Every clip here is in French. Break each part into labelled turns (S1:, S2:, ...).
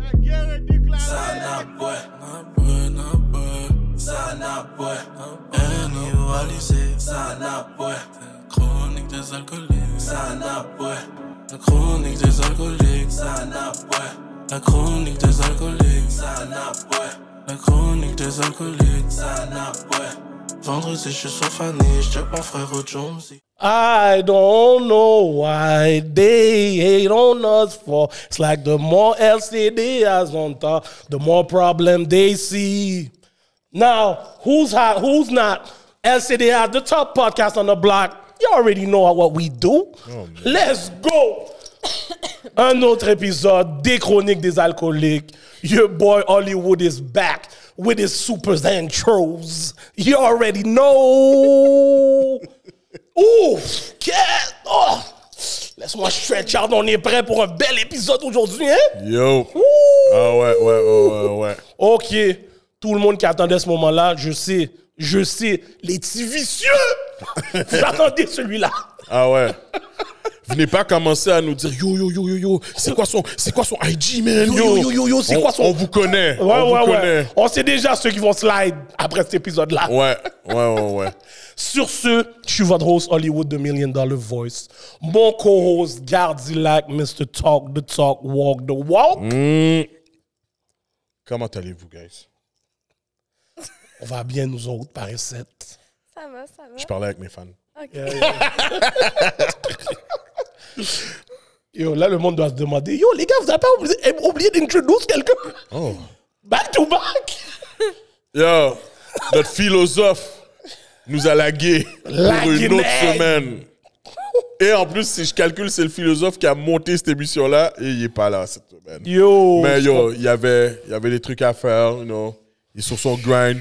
S1: baby clown.
S2: Sana boy, na boy, na boy. Sana boy, annualisé. Sana boy, chronique des alcooliques. Sana boy, la chronique des alcooliques. Sana boy, la chronique des alcooliques. Sana boy, la chronique des alcooliques. Sana boy, vendredi je suis sur Fanny, je pas frère Jonesy.
S3: I don't know why they hate on us for. It's like the more LCD eyes on top, the more problem they see. Now, who's hot, who's not? LCD eyes, the top podcast on the block. You already know what we do. Let's go. Un autre épisode des chroniques des alcooliques. Your boy Hollywood is back with his supers and trolls. You already know. Ouf! Qu'est- Oh! Laisse-moi stretch out, on est prêt pour un bel épisode aujourd'hui, hein?
S4: Yo.
S3: Ouh.
S4: Ah ouais, ouais, ouais, ouais, ouais.
S3: Ok, tout le monde qui attendait ce moment-là, je sais, je sais, les petits vicieux! Vous attendez celui-là!
S4: Ah ouais. Venez pas commencer à nous dire yo yo yo yo yo, c'est quoi son c'est quoi son IG man
S3: Yo, yo, yo, yo, yo, c'est
S4: On-
S3: quoi son-
S4: On vous connaît.
S3: Ouais,
S4: on
S3: ouais,
S4: vous
S3: ouais.
S4: connaît.
S3: On sait déjà ceux qui vont slide après cet épisode-là.
S4: Ouais, ouais, ouais, ouais.
S3: Sur ce, je suis votre host Hollywood de Million Dollar Voice. Mon co-host Gardilac, Mr. Talk the Talk, Walk the Walk.
S4: Hmm. Comment allez-vous, guys?
S3: On va bien, nous autres, par recette.
S5: Ça va, ça va.
S4: Je parlais avec mes fans.
S3: Yo, là, le monde doit se demander, yo, les gars, vous n'avez pas oublié, eh, oublié d'introduire quelqu'un
S4: Oh.
S3: back to back?
S4: Yo, notre philosophe nous a lagué pour
S3: Lagué,
S4: une autre
S3: man.
S4: semaine. Et en plus, si je calcule, c'est le philosophe qui a monté cette émission-là et il est pas là cette semaine.
S3: Yo.
S4: Mais yo, il y avait, il y avait des trucs à faire, you know. Il est sur son grind,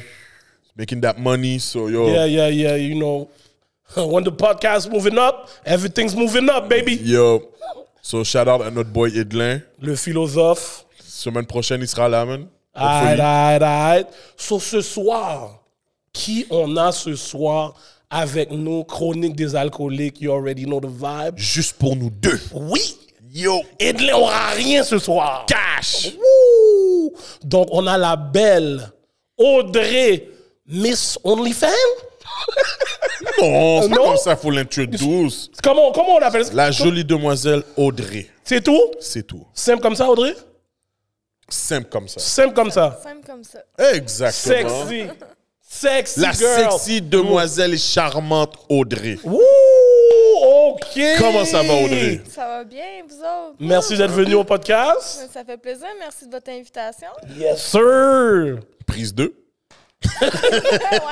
S4: making that money, so yo.
S3: Yeah, yeah, yeah, you know. When the podcast's moving up, everything's moving up, baby.
S4: Yo. So shout out à notre boy Edlin.
S3: Le philosophe.
S4: Semaine prochaine, il sera là, man.
S3: Alright,
S4: Hopefully.
S3: alright, alright. So, ce soir, qui on a ce soir avec nous? Chronique des alcooliques, you already know the vibe.
S4: Juste pour nous deux.
S3: Oui,
S4: Yo.
S3: Edley aura rien ce soir.
S4: Cash.
S3: Wouh! Donc, on a la belle Audrey Miss OnlyFans.
S4: Non, c'est pas
S3: Oh, Non.
S4: comme ça, faut l'introduire.
S3: Comment, comment on appelle ça?
S4: La jolie demoiselle Audrey.
S3: C'est tout?
S4: C'est tout.
S3: Simple comme ça, Audrey?
S4: Simple comme ça.
S3: Simple comme ça.
S5: Simple comme ça.
S4: Exactement.
S3: Sexy. Sexy
S4: La
S3: girl.
S4: sexy demoiselle et charmante Audrey.
S3: Wouh! OK.
S4: Comment ça va, Audrey?
S5: Ça va bien, vous autres?
S3: Merci d'être venu au podcast.
S5: Ça fait plaisir. Merci de votre invitation.
S3: Yes, sir.
S4: Prise 2.
S5: Ben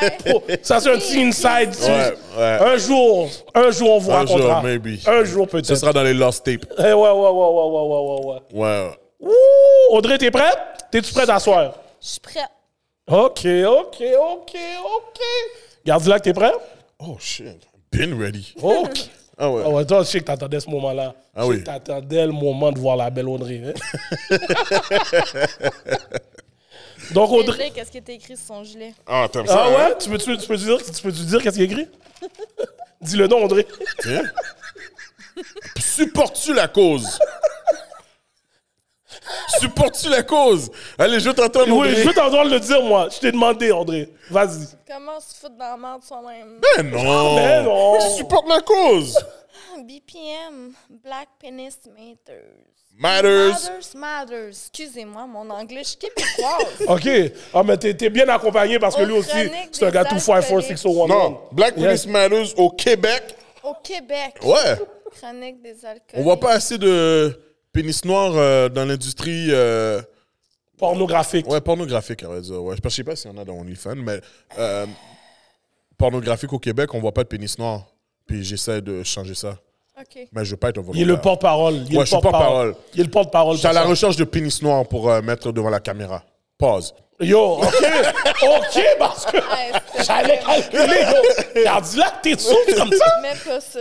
S5: ouais.
S3: Oh, ça, c'est un petit inside.
S4: Ouais, ouais.
S3: Un jour, un jour, on vous
S4: Un jour,
S3: racontera.
S4: maybe.
S3: Un jour, peut-être.
S4: Ce sera dans les lost tapes.
S3: Eh, ouais, ouais, ouais, ouais, ouais, ouais, ouais.
S4: Ouais.
S3: Ouh, Audrey, t'es prête? T'es-tu prête à soir?
S5: Je suis prête.
S3: OK, OK, OK, OK. Garde-la que t'es prêt?
S4: Oh shit. Been ready.
S3: OK.
S4: Ah ouais.
S3: Ah ouais, toi, je sais que t'attendais ce moment-là.
S4: Ah
S3: je sais
S4: oui.
S3: que t'attendais le moment de voir la belle Audrey. hein. Donc, Audrey...
S5: Audrey, qu'est-ce qui était écrit sur son gilet?
S4: Ah, t'aimes ça?
S3: Ah
S4: hein?
S3: ouais? Tu peux-tu tu peux dire, tu peux dire qu'est-ce qu'il y a écrit? Dis le nom, Audrey.
S4: Tiens. Supportes-tu la cause? Supportes-tu la cause? Allez, je t'entends,
S3: Oui,
S4: Audrey.
S3: je veux t'entendre le dire, moi. Je t'ai demandé, Audrey. Vas-y.
S5: Comment se foutre dans la merde soi-même?
S4: Mais non.
S3: Mais non.
S4: Tu supportes la cause.
S5: BPM, Black Penis Matters.
S4: Matters.
S5: Matters, Matters. Excusez-moi, mon anglais, je suis québécoise.
S3: OK. Ah, mais t'es t'es bien accompagné parce que
S5: Aux
S3: lui aussi,
S5: chroniques
S3: c'est un
S5: des
S3: gars tout 54601.
S4: Non. Black
S3: Yes.
S4: Police Matters au Québec.
S5: Au Québec.
S4: Ouais.
S5: Chronique des alcools.
S4: On voit pas assez de pénis noirs euh, dans l'industrie euh,
S3: Pornographique.
S4: ouais, pornographique, à vrai dire. Ouais. Je sais pas s'il y en a dans OnlyFans, mais euh, pornographique au Québec, on voit pas de pénis noir. Puis j'essaie de changer ça.
S5: OK.
S4: Mais je veux pas être un
S3: Il est le
S4: volontaire.
S3: porte-parole. Il est
S4: Ouais,
S3: le
S4: je suis porte-parole.
S3: Il est le porte-parole.
S4: J'étais à
S3: pour
S4: la
S3: ça.
S4: recherche de pénis noir pour euh, mettre devant la caméra. Pause.
S3: Yo, OK. OK, parce que
S5: Hey, c'était-
S3: j'allais calculer. yo. Garde là, t'es sourd comme ça.
S5: Mais pas ça.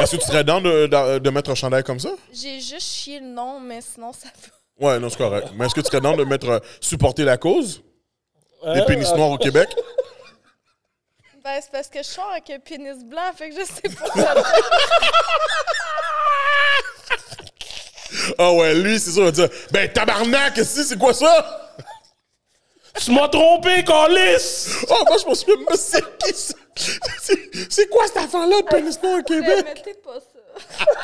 S4: Est-ce que tu serais dans de, dans- euh, de mettre un chandail comme ça?
S5: J'ai juste chié le nom, mais sinon, ça va.
S4: Ouais, non, c'est correct. Mais est-ce que tu serais dans de mettre euh, supporter la cause des pénis noirs au Québec?
S5: Ben, c'est parce que je sors avec un pénis blanc, fait que je sais pas.
S4: Ah ouais, lui, c'est sûr, il va dire Ben tabarnak, si, c'est quoi ça
S3: Tu m'as trompé, Colis!
S4: Oh, moi, je me souviens même pas c'est qui ça C'est- C'est quoi cette affaire-là de pénis noir au
S5: Mais
S4: Québec
S5: mettez pas ça.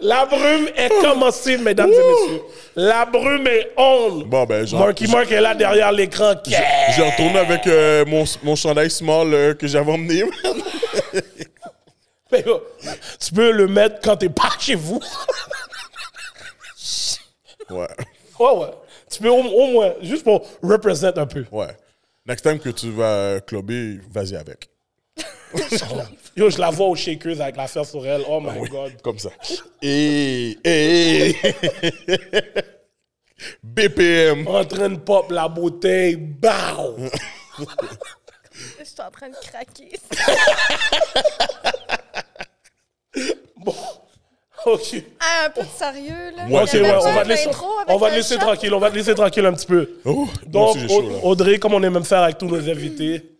S3: La brume est commencée, mesdames et messieurs. La brume est on.
S4: Bon, ben, genre.
S3: Marky Mark est là derrière l'écran.
S4: J'ai retourné avec euh, mon, mon chandail small euh, que j'avais emmené.
S3: Mais, oh, Tu peux le mettre quand t'es pas chez vous.
S4: ouais,
S3: Ouais, ouais. Tu peux au, au moins, juste pour représenter un peu.
S4: ouais. Next time que tu vas euh, clubber, vas-y avec.
S3: Yo, je la vois au Shakers avec l'affaire sur elle. Oh
S4: Ah
S3: my God.
S4: Comme ça. Et. Et. BPM.
S3: En train de pop la bouteille. Bow!
S5: Je suis en train de craquer.
S3: Bon. OK.
S5: Ah, un peu de sérieux, là.
S4: Ouais,
S5: Il y
S3: OK,
S5: avait
S3: ouais,
S5: pas
S3: on va te
S5: une
S3: laisser,
S5: intro avec
S3: on va te
S5: un
S3: laisser
S5: shot?
S3: tranquille. On va te laisser tranquille un petit peu.
S4: Oh, moi
S3: Donc,
S4: aussi, j'ai chaud,
S3: Aud-
S4: là.
S3: Audrey, comme on aime faire avec tous nos invités,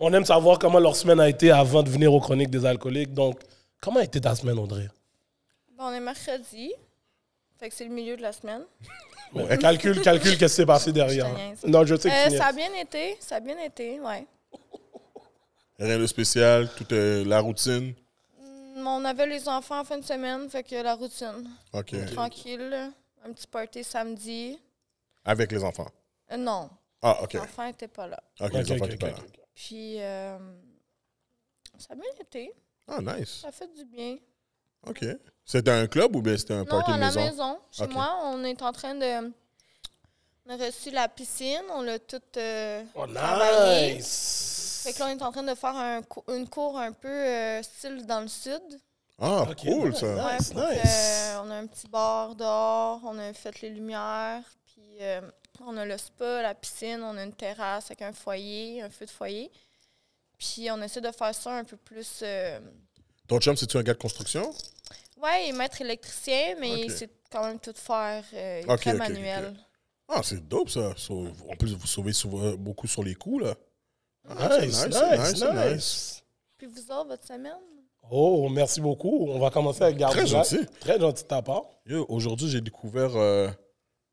S3: on aime savoir comment leur semaine a été avant de venir aux Chroniques des Alcooliques. Donc, comment a été ta semaine, Audrey?
S5: Bon, on est mercredi. Fait que c'est le milieu de la semaine.
S3: Calcule, calcule, qu'est-ce qui s'est passé derrière.
S5: Je te niaise.
S3: Non, je sais que
S5: Euh,
S3: tu niaises.
S5: ça a bien été. Ça a bien été, ouais.
S4: Rien de spécial, toute euh, la routine.
S5: Mm, On avait les enfants en fin de semaine, fait que la routine.
S4: OK.
S5: Tranquille. là. Un petit party samedi.
S4: Avec les enfants.
S5: Euh, non,
S4: Ah, OK.
S5: les
S4: OK,
S5: enfants n'étaient pas là.
S4: les
S3: Ok,
S4: enfants
S3: ok,
S4: qui parlent.
S3: ok,
S5: Puis, euh, ça a bien été.
S4: Ah, nice.
S5: Ça fait du bien.
S4: OK. C'était un club ou bien c'était un
S5: Non,
S4: party
S5: à
S4: de
S5: la
S4: maison?
S5: maison. Chez
S4: Ok.
S5: moi, on est en train de. On a reçu la piscine, on l'a toute. euh,
S3: Oh,
S5: travaillé.
S3: nice!
S5: Fait que là, on est en train de faire un cou- une cour un peu euh, style dans le sud.
S4: Ah,
S3: Ok,
S4: cool,
S3: nice,
S4: ça.
S5: Ouais,
S3: nice,
S5: fait que,
S3: nice.
S5: euh, on a un petit bar dehors, on a fait les lumières, puis euh, on a le spa, la piscine, on a une terrasse avec un foyer, un feu de foyer. Puis on essaie de faire ça un peu plus. euh,
S4: Ton chum, c'est-tu un gars de construction?
S5: ouais, et maître électricien, mais
S4: Ok.
S5: c'est quand même tout faire euh, il est
S4: Ok,
S5: très
S4: ok, ok,
S5: manuel.
S4: Ah, c'est dope, ça. So- En plus, vous sauvez souvent- euh, beaucoup sur les coups, là. Ah, c'est
S3: Nice, nice,
S4: c'est
S3: nice,
S4: c'est
S5: Puis vous autres, votre semaine?
S3: Oh, merci beaucoup. On va commencer avec Gardien.
S4: Très gentil.
S3: Très gentil de ta part.
S4: Yo, Aujourd'hui, j'ai découvert euh,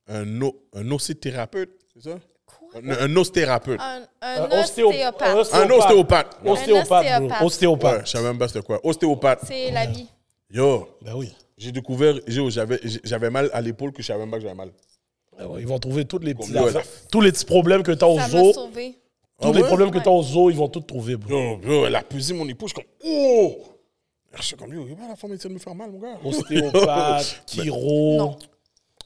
S4: un, o- un océthérapeute, c'est ça?
S5: Quoi?
S4: Un, un osthérapeute.
S5: Un, un
S3: Un ostéo-
S5: ostéopathe.
S3: un ostéo-
S4: un ostéopathe.
S3: Ostéopathe, bro.
S5: ostéopathe.
S4: Ouais,
S3: Ostéopathe.
S4: je savais même pas c'était quoi. Ostéopathe.
S5: C'est la vie.
S4: Yo,
S3: Ben oui.
S4: j'ai découvert, yo, j'avais j'avais mal à l'épaule que je savais même pas que j'avais mal.
S3: Ben oui, Ils vont trouver toutes les petits
S4: Combien?
S3: affaires, tous les petits problèmes que tu as aux
S5: Ça m'a
S3: os.
S5: sauvé.
S3: Tous
S4: Ah
S3: les
S4: ouais?
S3: problèmes que
S5: Ouais.
S3: tu as aux os, ils vont tout trouver, bro.
S4: Yo, yo, elle a pesé mon épaule, je suis comme, oh! Je suis comme, yo, yo, la femme essaie de me faire mal, mon gars. Ben,
S3: Ostéopathe, chiro.
S5: Non.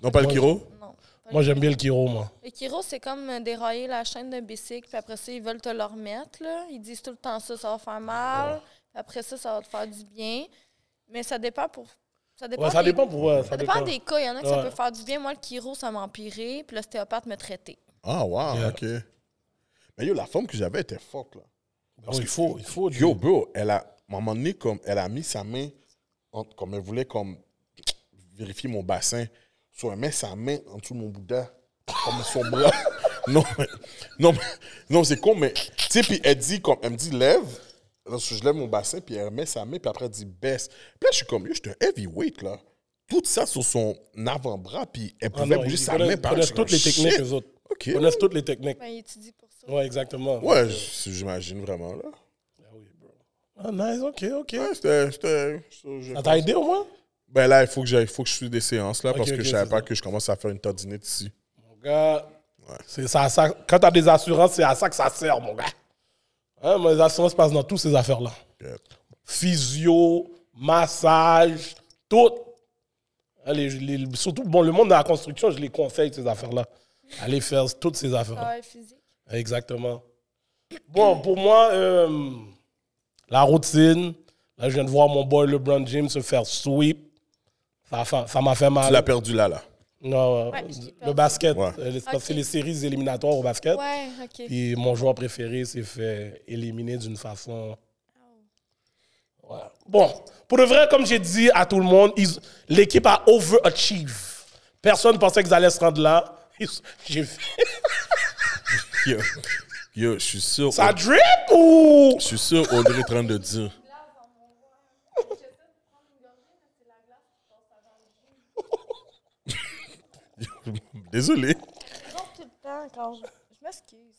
S4: Non, pas le chiro?
S5: Non.
S3: Moi, j'aime bien le chiro, moi.
S5: Le chiro, c'est comme euh, dérailler la chaîne d'un bicycle, puis après ça, ils veulent te le remettre. Là. Ils disent tout le temps ça, ça va faire mal. Puis Après ça, ça va te faire du bien. Mais ça dépend pour. Ça dépend,
S3: Ouais, ça
S5: des-
S3: dépend pour ouais,
S5: ça dépend des cas. Il y en a que ça
S3: Ouais.
S5: peut faire du bien. Moi, le chiro, ça m'a empiré, puis l'ostéopathe me traitait.
S4: Ah, wow,
S3: Yeah.
S4: ok. Mais yo, la forme que j'avais était forte, là.
S3: Ben oui, il faut, il faut. du-
S4: Yo, bro, elle a, à un moment donné, comme, elle a mis sa main, entre- comme elle voulait comme, vérifier mon bassin. So, elle met sa main en dessous de mon boudin, comme son bras. Non, mais- non, mais- non c'est con, mais. Tu sais, puis elle dit, comme, elle me dit, lève. Là, Je lève mon bassin, puis elle met sa main, puis après elle dit, baisse. Puis là, je suis comme, yo, je suis un heavyweight, là. Tout ça sur son avant-bras, puis elle
S3: Ah
S4: pouvait
S3: non,
S4: bouger
S3: ils
S4: sa
S3: connaissent-
S4: main
S3: ils
S4: par
S3: connaissent toutes les techniques, eux autres.
S4: Ok.
S3: Ils connaissent toutes les techniques.
S5: Ben, il étudie pour ça.
S3: Ouais, exactement.
S4: Ouais, j- j'imagine vraiment, là.
S3: Ah, nice, ok, ok.
S4: Ouais, c'était- c'était. je-
S3: Ça t'a aidé au moins?
S4: Ben là, il faut que j'aille, faut que je suive des séances là, parce
S3: ok,
S4: que je
S3: c'est
S4: savais
S3: ça.
S4: pas que je commence à faire une tendinite ici.
S3: Mon gars, c'est ça, ça- quand t'as des assurances, c'est à ça que ça sert, mon gars. Hein, moi, les assurances passent dans toutes ces affaires-là.
S4: Yeah.
S3: Physio, massage, tout. Hein, les- les- surtout, bon, le monde de la construction, je les conseille, ces affaires-là. Allez faire toutes ces affaires-là.
S5: Travail physique.
S3: Exactement. Bon, pour moi, euh, la routine, là, je viens de voir mon boy LeBron James se faire sweep. Ça a fa- ça m'a fait
S4: Tu l'as
S3: mal.
S4: perdu là là.
S3: Non, euh,
S5: Ouais, je l'ai
S3: le
S5: perdu.
S3: basket,
S4: Ouais.
S3: euh, c'est parce que
S5: Ok.
S3: les séries éliminatoires au basket.
S5: Ouais, OK.
S3: Puis mon joueur préféré s'est fait éliminer d'une façon. Ah Ouais. Bon, pour de vrai, comme j'ai dit à tout le monde, ils- l'équipe a overachieve. Personne pensait qu'ils allaient se rendre là. Ils- j'ai fait-
S4: Yo, Yo, je suis sûr.
S3: Ça drip ou
S4: Je suis sûr Audrey est en train de dire. Désolé.
S5: trompe tout le temps quand je. Je m'excuse.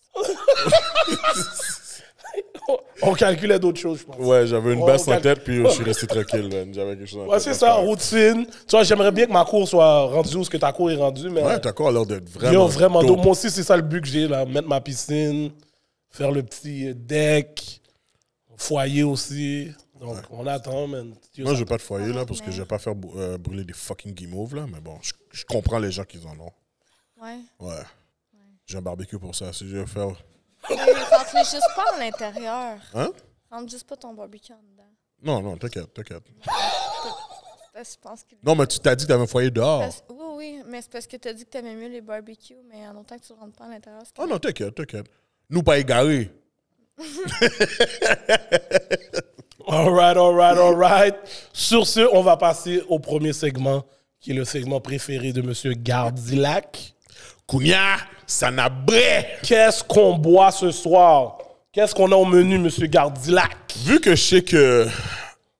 S3: On calculait d'autres choses, je pense.
S4: Ouais, j'avais une
S3: Oh,
S4: basse en
S3: calme.
S4: tête, puis je suis resté tranquille, man. J'avais quelque chose en
S3: Ouais,
S4: tête.
S3: c'est ça, routine. Tu vois, j'aimerais bien que ma cour soit rendue où ce que ta cour est rendue, mais
S4: Ouais, t'as encore l'air d'être vraiment.
S3: yo, vraiment,
S4: dope.
S3: dope. moi aussi, c'est ça le but que j'ai, là. Mettre ma piscine, faire le petit euh, deck, foyer aussi. Donc, on attend, man. Yo,
S4: Moi,
S3: ça-
S4: je veux pas de foyer, là, parce que je vais pas faire brû- euh, brûler des fucking guimauves, là. Mais bon, je, je comprends les gens qui en ont.
S5: Ouais.
S4: Ouais. J'ai un barbecue pour ça. Si je veux faire.
S5: Non, mais rentre-les juste pas à l'intérieur.
S4: Hein?
S5: Rentre juste pas ton barbecue en dedans.
S4: Non, non, t'inquiète, t'inquiète.
S5: Parce que Je pense que.
S4: Non, mais tu t'as dit que t'avais un foyer
S3: Oh.
S4: dehors.
S5: Parce- Oui, oui, mais c'est parce que t'as dit que t'aimais mieux les barbecues, mais en longtemps que tu rentres pas à l'intérieur, c'est
S4: Ah non, t'inquiète, t'inquiète. Nous, pas égarés.
S3: All right, all right, all right. Sur ce, on va passer au premier segment, qui est le segment préféré de Monsieur Gardilac.
S4: Kounia, ça n'a bré.
S3: Qu'est-ce qu'on boit ce soir? Qu'est-ce qu'on a au menu, Monsieur Gardilac?
S4: Vu que je sais que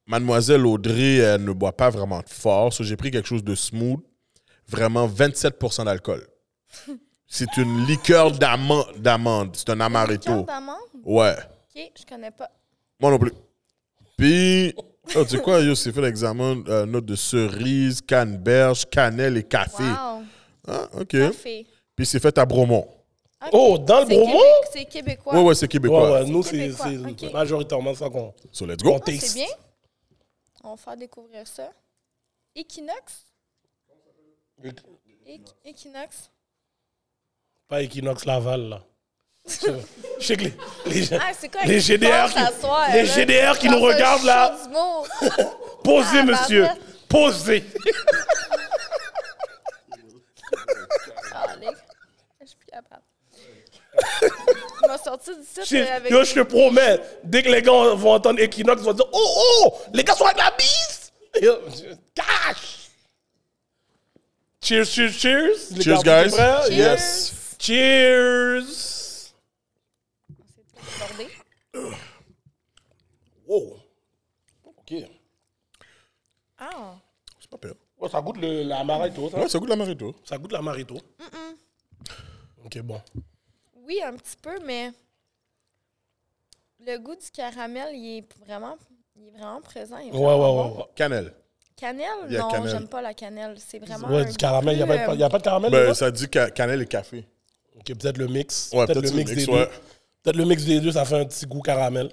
S4: Mademoiselle Audrey elle ne boit pas vraiment fort, so j'ai pris quelque chose de smooth, vraiment 27 d'alcool. C'est une liqueur d'aman- d'amande. C'est un
S5: Carte
S4: amaretto.
S5: d'amande?
S4: Ouais.
S5: Ok, je connais pas.
S4: Moi non plus. Puis, oh, tu sais quoi, yo, c'est fait l'examen, euh, note de cerise, canneberge, cannelle et café.
S5: Wow.
S3: Hein?
S4: Ah, OK.
S5: Parfait.
S4: Puis c'est fait à Bromont.
S5: Ok.
S3: Oh, dans le
S5: C'est
S3: Bromont?
S5: Québec- C'est québécois.
S4: Ouais, ouais, c'est
S3: Ouais,
S4: québécois.
S3: ouais, nous, c'est
S5: Québécois,
S3: c'est
S5: ok.
S3: majoritairement ça qu'on
S4: So, let's
S3: qu'on
S4: go.
S5: Ah, c'est
S3: taste.
S5: bien. On va faire découvrir ça. Equinox? Equ- Equinox?
S3: Pas Equinox Laval, là. Je je sais que les, les gens-
S5: Ah, c'est quoi?
S3: les
S5: qui
S3: GDR
S5: pense
S3: qui,
S5: à soir,
S3: les
S5: là?
S3: GDR qui nous
S5: Dans un
S3: regardent, là,
S5: show d'humour.
S3: posez,
S5: Ah,
S3: monsieur.
S5: bah, ouais.
S3: Posez.
S5: Ah, allez. Je suis plus capable. Je m'a sorti du site
S3: Je-
S5: euh, avec...
S3: Yo, je te promets, dès que les gars vont entendre Equinox, ils vont dire Oh, oh, les gars sont avec la bise. Yo, je- Cash. Cheers, cheers, cheers. Les
S4: Cheers,
S3: gars, vous
S4: guys.
S3: êtes prêts?
S5: Cheers.
S4: Yes.
S3: Cheers.
S5: C'est tout bordé.
S3: Wow. OK.
S5: Ah,
S4: C'est pas pire.
S3: Oh, ça goûte le, la marito, ça.
S4: Ouais, ça goûte l'amaretto.
S3: Ça goûte la marito. OK, bon.
S5: oui, un petit peu, mais le goût du caramel, il est vraiment, il est vraiment présent. il est
S3: Ouais, ouais,
S5: vraiment
S3: ouais.
S5: bon.
S3: ouais.
S4: Cannelle.
S5: Cannelle?
S4: Il y a
S5: Non,
S4: cannelle.
S5: j'aime pas la cannelle. C'est vraiment.
S3: Ouais,
S5: un
S3: du
S5: goût
S3: caramel. Il n'y a,
S5: plus,
S3: pas- y a pas de caramel
S4: Ben,
S3: là-bas?
S4: ça dit ca- cannelle et café.
S3: Ok, peut-être le mix.
S4: Ouais,
S3: peut-être
S4: peut-être
S3: le mix, des
S4: ouais.
S3: deux. Peut-être le mix des deux, ça fait un petit goût caramel.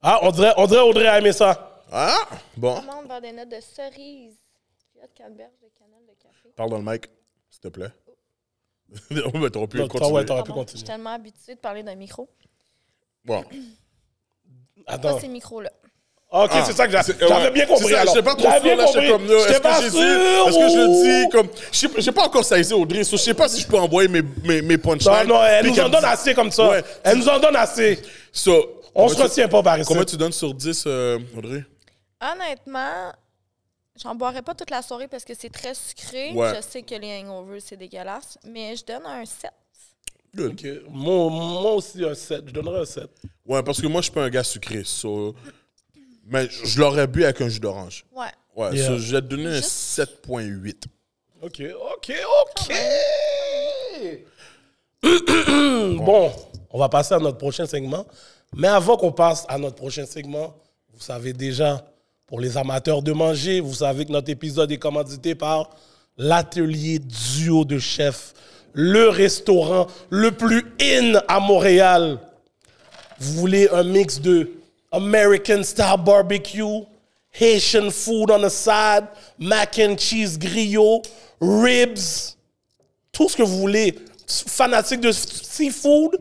S3: Ah, on dirait, on dirait Audrey a aimé ça.
S4: Ah, bon.
S5: Amande vers des notes de cerise. Il y a de canneberge, de cannelle, de café.
S4: Parle dans le mic, s'il te plaît. On va t'aurais pu
S3: Non, toi,
S4: continuer.
S3: ouais, t'aurais- On peut
S5: Pardon,
S3: continuer.
S5: Je suis tellement habituée de parler d'un micro.
S4: Bon.
S5: Pas
S3: Attends.
S5: ces micros-là.
S3: Ok,
S4: Ah.
S3: c'est ça que j'a-
S4: C'est-
S3: j'avais
S4: ouais.
S3: bien
S4: C'est
S3: compris.
S4: ça,
S3: alors.
S4: j'étais pas trop
S3: J'avais
S4: sûr,
S3: bien
S4: là, j'étais
S3: compris.
S4: comme, yo,
S3: J'étais
S4: est-ce
S3: pas
S4: que j'ai dit,
S3: sûr.
S4: est-ce que je le
S3: ouh.
S4: dis comme, je sais pas- j'ai pas encore saisi Audrey, so je sais pas si je peux envoyer mes, mes, mes
S3: Non,
S4: punchlines.
S3: non, elle
S4: Puis
S3: nous en
S4: qu'elle
S3: donne
S4: me dise-
S3: assez comme ça.
S4: Ouais.
S3: Elle nous en donne assez.
S4: So,
S3: On
S4: comment
S3: se
S4: tu-
S3: retient pas par ici.
S4: Comment tu donnes sur 10, euh, Audrey?
S5: Honnêtement, j'en boirais pas toute la soirée parce que c'est très sucré.
S4: Ouais.
S5: Je sais que les hangovers, c'est dégueulasse. Mais je donne un 7.
S4: Good.
S3: Ok, Moi, moi aussi, un 7. Je donnerais un 7.
S4: Ouais, parce que moi, je suis pas un gars sucré, so... Mais je je l'aurais bu avec un jus d'orange.
S5: Ouais.
S4: Ouais,
S3: Yeah.
S4: so je vais te donner un
S5: Juste-
S4: 7.8.
S3: Ok, ok, ok. bon, on va passer à notre prochain segment. Mais avant qu'on passe à notre prochain segment, vous savez déjà, pour les amateurs de manger, vous savez que notre épisode est commandité par l'atelier duo de chef, le restaurant le plus in à Montréal. Vous voulez un mix de American style barbecue, Haitian food on the side, mac and cheese griot, ribs, tout ce que vous voulez. Fanatique de seafood,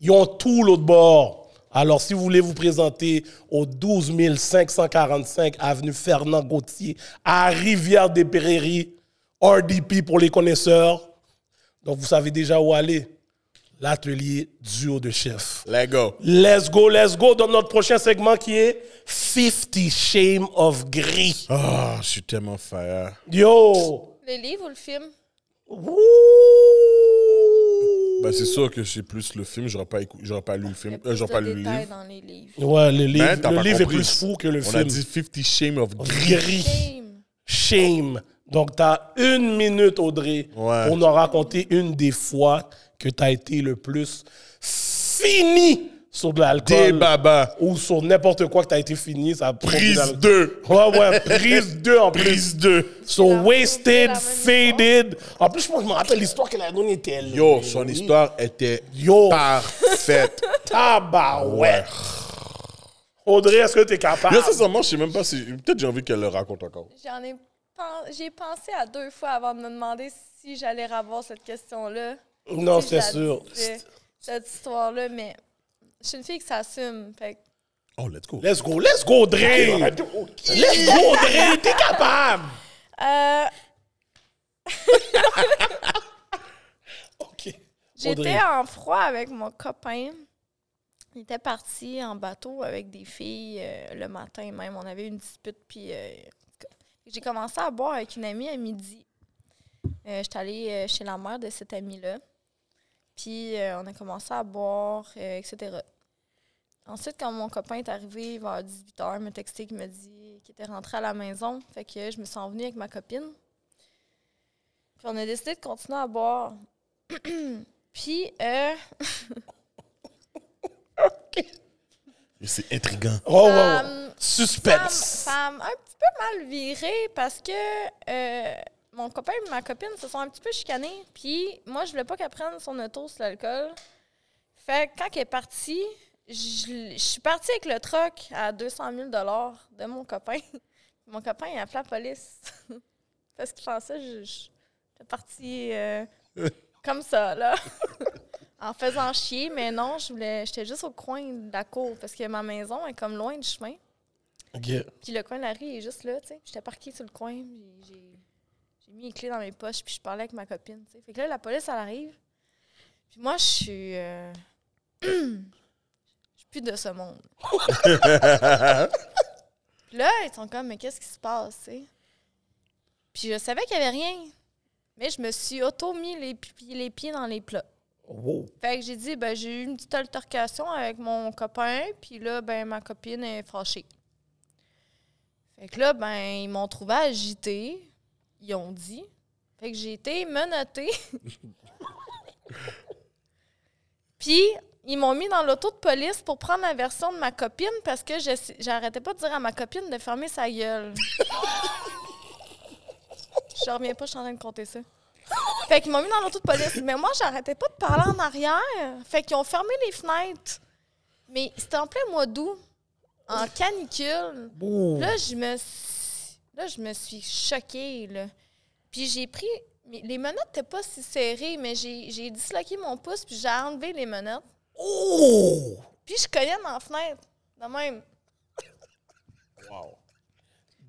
S3: ils ont tout l'autre bord. Alors, si vous voulez vous présenter au 12 545 avenue Fernand Gauthier à Rivière-des-Prairies, RDP pour les connaisseurs. Donc, vous savez déjà où aller. L'atelier duo de chef.
S4: Let's go.
S3: Let's go, let's go dans notre prochain segment qui est 50 Shame of Gris.
S4: Ah, je suis tellement fire.
S3: Yo!
S5: Le livre ou le film?
S4: Euh,
S3: Ouh.
S4: Ben, c'est sûr que c'est plus le film, j'aurais pas, écou- j'aurais pas lu le
S5: Il y
S4: film,
S5: a
S4: euh,
S5: plus
S4: j'aurais
S5: de
S4: pas lu le
S5: détails
S4: livre.
S5: dans les livres.
S3: Ouais, le livre,
S4: Ben, t'as
S3: le
S4: pas
S3: livre est
S4: compris.
S3: plus fou que le
S4: On
S3: film.
S4: a dit 50 Shame of Grey.
S3: Gris.
S5: Game.
S3: Shame. Donc, tu as une minute, Audrey,
S4: Ouais.
S3: pour nous raconter une des fois que tu as été le plus fini sur de
S4: Des
S3: l'alcool.
S4: babas.
S3: Ou sur n'importe quoi que tu as été fini. Ça a produit dans
S4: Prise
S3: le-
S4: 2.
S3: Ouais, ouais, prise 2 en plus.
S4: Prise 2.
S3: So
S5: C'est la même- c'est
S3: wasted,
S5: la même
S3: faded. En plus, je pense que je me rappelle l'histoire qu'elle a donnée. était
S4: Yo, son histoire était
S3: Yo.
S4: parfaite.
S3: Tabarouette. Audrey, est-ce que tu es
S4: Ah
S3: capable?
S4: Yo, sincèrement, je sais même pas si. Peut-être j'ai envie qu'elle le raconte encore.
S5: J'en ai pen- j'ai pensé à deux fois avant de me demander si j'allais revoir cette question-là.
S3: non,
S5: Si je
S3: c'est
S5: la
S3: sûr.
S5: disais, Cette histoire-là, mais je suis une fille qui s'assume. Fait que
S4: Oh, let's go.
S3: Let's go, let's go, Audrey. Let's go, Audrey, t'es capable.
S5: Euh,
S3: OK. Audrey.
S5: J'étais en froid avec mon copain. Il était parti en bateau avec des filles euh, le matin même. On avait une dispute. Puis euh, j'ai commencé à boire avec une amie à midi. Euh, J'étais allée euh, chez la mère de cette amie-là. Puis euh, on a commencé à boire, euh, etc. Ensuite, quand mon copain est arrivé vers 18h, il m'a texté qu'il me dit qu'il était rentré à la maison. Fait que je me suis envenue avec ma copine. Puis on a décidé de continuer à boire. Puis, euh,
S4: C'est intriguant.
S3: Oh, ouais, ouais.
S5: Femme- ça, m-
S3: Suspense.
S5: ça m'a un petit peu mal viré parce que euh, mon copain et ma copine se sont un petit peu chicanés. Puis moi, je voulais pas qu'elle prenne son auto sur l'alcool. Fait que quand elle est partie, je l- je suis partie avec le truck à 200 000 de mon copain. Mon copain, il a appelé la police. parce qu'il pensait que je- je- j'étais partie euh, comme ça, là. en faisant chier, mais non, je voulais j'étais juste au coin de la cour parce que ma maison est comme loin du chemin.
S3: OK.
S5: Puis le coin de la rue il est juste là, tu sais. J'étais parquée sur le coin, puis j'ai j'ai mis les clés dans mes poches, puis je parlais avec ma copine, tu sais. Fait que là, la police, elle arrive. Puis moi, je suis... euh, je suis plus de ce monde. puis là, ils sont comme, mais qu'est-ce qui se passe, tu sais? Puis je savais qu'il y avait rien. Mais je me suis auto-mis les, pi- les pieds dans les plats.
S3: Wow.
S5: Fait que j'ai dit, ben, j'ai eu une petite altercation avec mon copain, puis là, ben, ma copine est fâchée. Fait que là, ben, ils m'ont trouvé agitée. Ils ont dit. Fait que j'ai été menottée. puis, ils m'ont mis dans l'auto de police pour prendre la version de ma copine parce que j'essa- j'arrêtais pas de dire à ma copine de fermer sa gueule. Je reviens pas, je suis en train de compter ça. Fait qu'ils m'ont mis dans l'auto de police. Mais moi, j'arrêtais pas de parler en arrière. Fait qu'ils ont fermé les fenêtres. Mais c'était en plein mois d'août, en canicule.
S3: Ouh.
S5: Là, je me suis... Là, je me suis choquée, là. Puis j'ai pris... mais les menottes n'étaient pas si serrées, mais j'ai j'ai disloqué mon pouce, puis j'ai enlevé les menottes.
S3: Ouh.
S5: Puis je cognais dans la fenêtre, de même.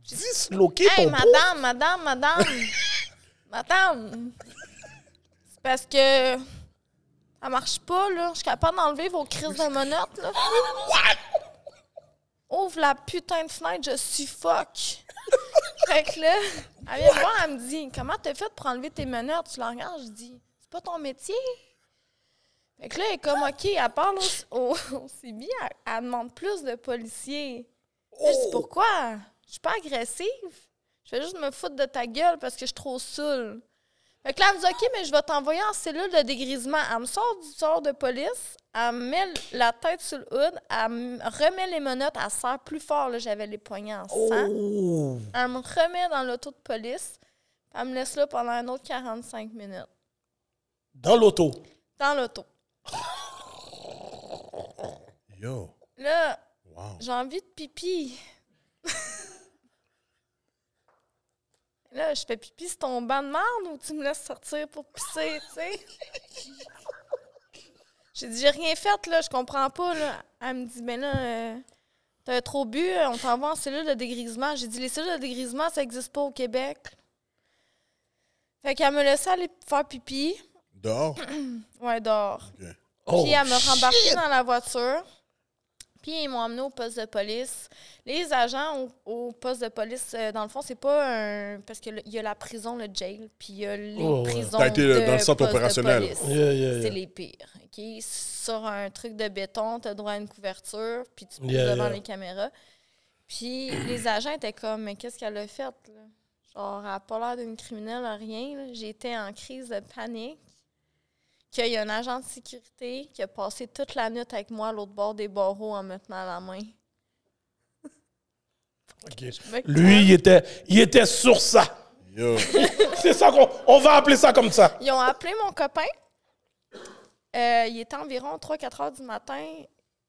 S3: Disloquer
S5: Hey,
S3: ton pouce.
S5: madame, madame, madame! madame! C'est parce que... Ça marche pas, là. Je suis capable d'enlever vos crises de menottes, là. Ouvre la putain de fenêtre, je suffoque! Fait que là, elle vient me voir, elle me dit Comment t'as fait pour enlever tes menottes Tu la regardes, je dis C'est pas ton métier. Fait que là, elle est comme OK, elle parle au, au, au CB, elle, elle demande plus de policiers. Là, Je dis Pourquoi Je suis pas agressive. Je vais juste me foutre de ta gueule parce que je suis trop saoule. Fait que là, elle me dit OK, mais je vais t'envoyer en cellule de dégrisement. Elle me sort du sort de police, elle me met la tête sur le hood, elle me remet les menottes, elle serre plus fort. là, J'avais les poignets en
S3: Oh!
S5: sang.
S3: Ouh.
S5: Elle me remet dans l'auto de police. puis Elle me laisse là pendant un autre 45 minutes.
S3: Dans l'auto.
S5: Dans l'auto.
S4: Yo.
S5: Là,
S4: Wow.
S5: j'ai envie de pipi. là, je fais pipi sur ton banc de marde ou tu me laisses sortir pour pisser, tu sais? J'ai dit, j'ai rien fait, là, je comprends pas, là. Elle me dit, mais là, euh, t'as trop bu, on t'envoie en cellule de dégrisement. J'ai dit, les cellules de dégrisement, ça existe pas au Québec. Fait qu'elle me laissait aller faire pipi.
S4: Dehors.
S5: Ouais, dehors.
S3: Oh,
S5: Puis elle m'a rembarqué dans la voiture. Puis ils m'ont emmené au poste de police. Les agents au, au poste de police, euh, dans le fond, c'est pas un. Parce qu'il y a la prison, le jail, puis il y a les
S3: Oh, ouais.
S5: prisons.
S4: T'as été euh,
S5: de
S4: dans le centre
S5: poste de
S4: opérationnel.
S5: police.
S3: Yeah, yeah,
S5: C'est
S3: yeah.
S5: les pires. ok? Sur un truc de béton, t'as droit à une couverture, puis tu te poses
S3: Yeah,
S5: devant
S3: yeah.
S5: les caméras. Puis les agents étaient comme, mais qu'est-ce qu'elle a fait? Là? Genre, elle n'a pas l'air d'une criminelle, rien. là. J'étais en crise de panique. Qu'il y a un agent de sécurité qui a passé toute la nuit avec moi à l'autre bord des barreaux en me tenant la main.
S3: Ok.
S5: Je me
S3: Lui, il était, il était sur ça.
S4: Yo.
S3: C'est ça qu'on on va appeler ça comme ça.
S5: Ils ont appelé mon copain. Euh, il était environ 3-4 heures du matin.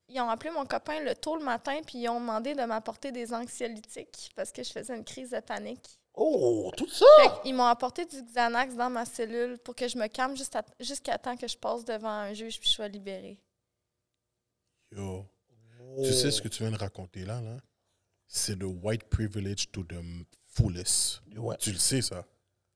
S5: Ils ont appelé mon copain le tôt le matin, puis ils ont demandé de m'apporter des anxiolytiques parce que je faisais une crise de panique.
S3: Oh, tout ça.
S5: Ils m'ont apporté du Xanax dans ma cellule pour que je me calme juste à- jusqu'à temps que je passe devant un juge puis je sois libérée.
S4: Yo. Tu sais ce que tu viens de raconter là, là? C'est le white privilege to the fullest.
S3: Ouais.
S4: Tu le sais, ça?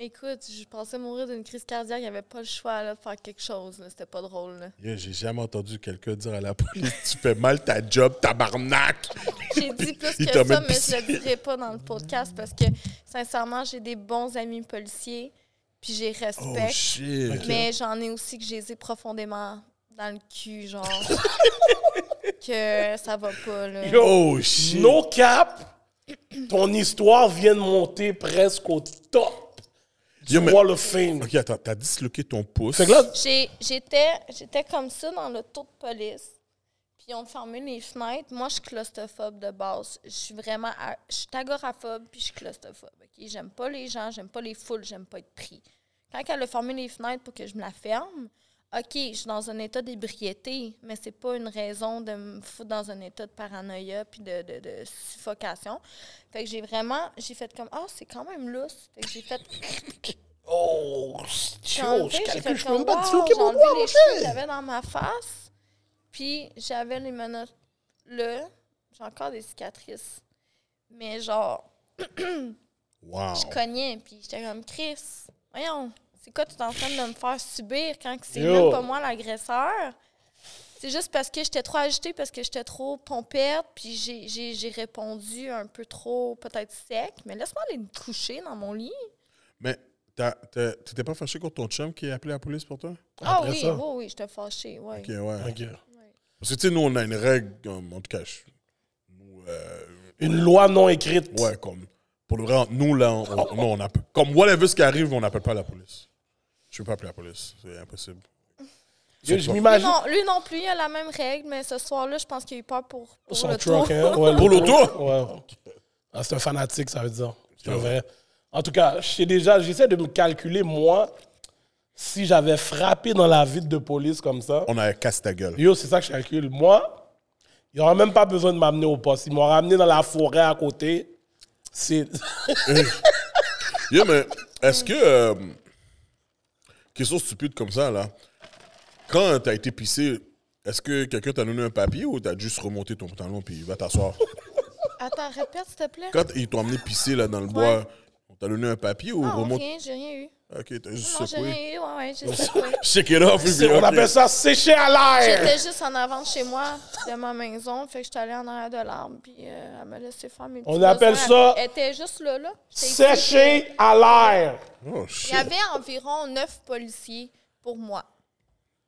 S5: Écoute, je pensais mourir d'une crise cardiaque, il n'y avait pas le choix là, de faire quelque chose. là. C'était pas drôle. là.
S4: Yo, j'ai jamais entendu quelqu'un dire à la police Tu fais mal ta job, tabarnak!
S5: J'ai dit plus
S4: Il
S5: que
S4: t'a
S5: ça,
S4: mis une
S5: mais je le
S4: piscine.
S5: dirai pas dans le podcast parce que, sincèrement, j'ai des bons amis policiers, puis j'ai
S4: Oh
S5: respect.
S4: shit!
S5: mais j'en ai aussi que je les ai profondément dans le cul, genre. que ça va pas, là.
S3: Yo,
S4: Oh shit!
S3: No cap, ton histoire vient de monter presque au top du
S4: Yo, mais-
S3: Wall of Fame.
S4: Ok, attends, t'as disloqué ton pouce.
S3: Fait que là,
S5: J'ai- J'étais j'étais comme ça dans l'auto de police. Puis ils ont fermé les fenêtres. Moi, je suis claustrophobe de base. Je suis vraiment. a- Je suis agoraphobe, puis je suis claustrophobe. ok? J'aime pas les gens, j'aime pas les foules, j'aime pas être pris. Quand elle a fermé les fenêtres pour que je me la ferme, OK, je suis dans un état d'ébriété, mais c'est pas une raison de me foutre dans un état de paranoïa puis de, de- de suffocation. Fait que j'ai vraiment. J'ai fait comme Ah, c'est quand même lousse. Fait que j'ai fait.
S3: oh,
S5: J'ai
S3: yo,
S5: enlevé,
S3: je
S5: j'ai
S3: calcule,
S5: fait
S3: je peux
S5: comme,
S3: même pas
S5: wow,
S3: disloquer
S5: j'ai
S3: mon
S5: enlevé
S3: doigt,
S5: les
S3: mon
S5: cheveux que
S3: cher.
S5: j'avais dans ma face. Puis j'avais les menottes là. J'ai encore des cicatrices. Mais genre,
S4: Wow!
S5: je cognais, puis j'étais comme Chris. Voyons, c'est quoi tu es en train de me faire subir quand que c'est
S3: Yo.
S5: même pas moi l'agresseur? C'est juste parce que j'étais trop agitée, parce que j'étais trop pompette, puis j'ai- j'ai j'ai répondu un peu trop, peut-être sec. Mais laisse-moi aller me coucher dans mon lit.
S4: Mais t'as- t'as- t'étais pas fâché contre ton chum qui a appelé la police pour toi?
S5: Ah
S3: Après
S5: oui,
S3: ça.
S5: oui, oui, j'étais fâchée. Ouais.
S4: Ok, ouais.
S3: Ok.
S4: Parce que tu sais, nous, on a une règle, comme, en tout cas, je- nous, euh,
S3: Une loi non écrite.
S4: ouais, comme, pour le vrai, nous, là, on, on- non, on appelle, comme, whatever ce qui arrive, on n'appelle pas la police. Je ne peux pas appeler la police, c'est impossible.
S3: Yo,
S4: Sur
S3: Ah, je
S4: son-
S5: Lui
S3: m'imagine.
S5: non, lui non plus, il a la même règle, mais ce soir-là, je pense qu'il a eu peur pour, pour
S3: Son
S5: le
S3: truck,
S5: tour.
S3: hein? Ouais,
S4: Pour l'auto?
S3: Ouais. Ah, c'est un fanatique, ça veut dire. C'est un vrai. En tout cas, je sais déjà, j'essaie de me calculer, moi, si j'avais frappé dans la ville de police comme ça.
S4: On a cassé ta gueule.
S3: Yo, c'est ça que je calcule. Moi, il n'y aura même pas besoin de m'amener au poste. Ils m'ont ramené dans la forêt à côté. C'est.
S4: Yeah, mais est-ce que. euh, question stupide comme ça, là. Quand t'as été pissé, est-ce que quelqu'un t'a donné un papier ou t'as juste remonté ton pantalon puis va t'asseoir?
S5: Attends, répète, s'il te plaît.
S4: Quand ils t'ont emmené pisser, là, dans le bois, on t'a donné un papier ou
S5: Ah,
S4: remonte.
S5: rien, j'ai rien eu.
S4: Ok, t'as juste
S5: Non, j'ai
S4: secoué.
S5: rien eu, ouais, ouais, j'ai secoué.
S4: Shake it off,
S3: c'est-
S4: puis
S3: on
S4: ok.
S3: appelle ça sécher à l'air.
S5: J'étais juste en avant de chez moi, de ma maison, fait que j'étais allée en arrière de l'arbre, puis euh, elle m'a laissé faire mes petits
S3: On appelle
S5: besoins.
S3: ça-
S5: Elle était juste là, là. J'étais ici.
S3: Sécher à l'air.
S4: Oh
S5: Il
S4: shit.
S5: y avait environ neuf policiers pour moi.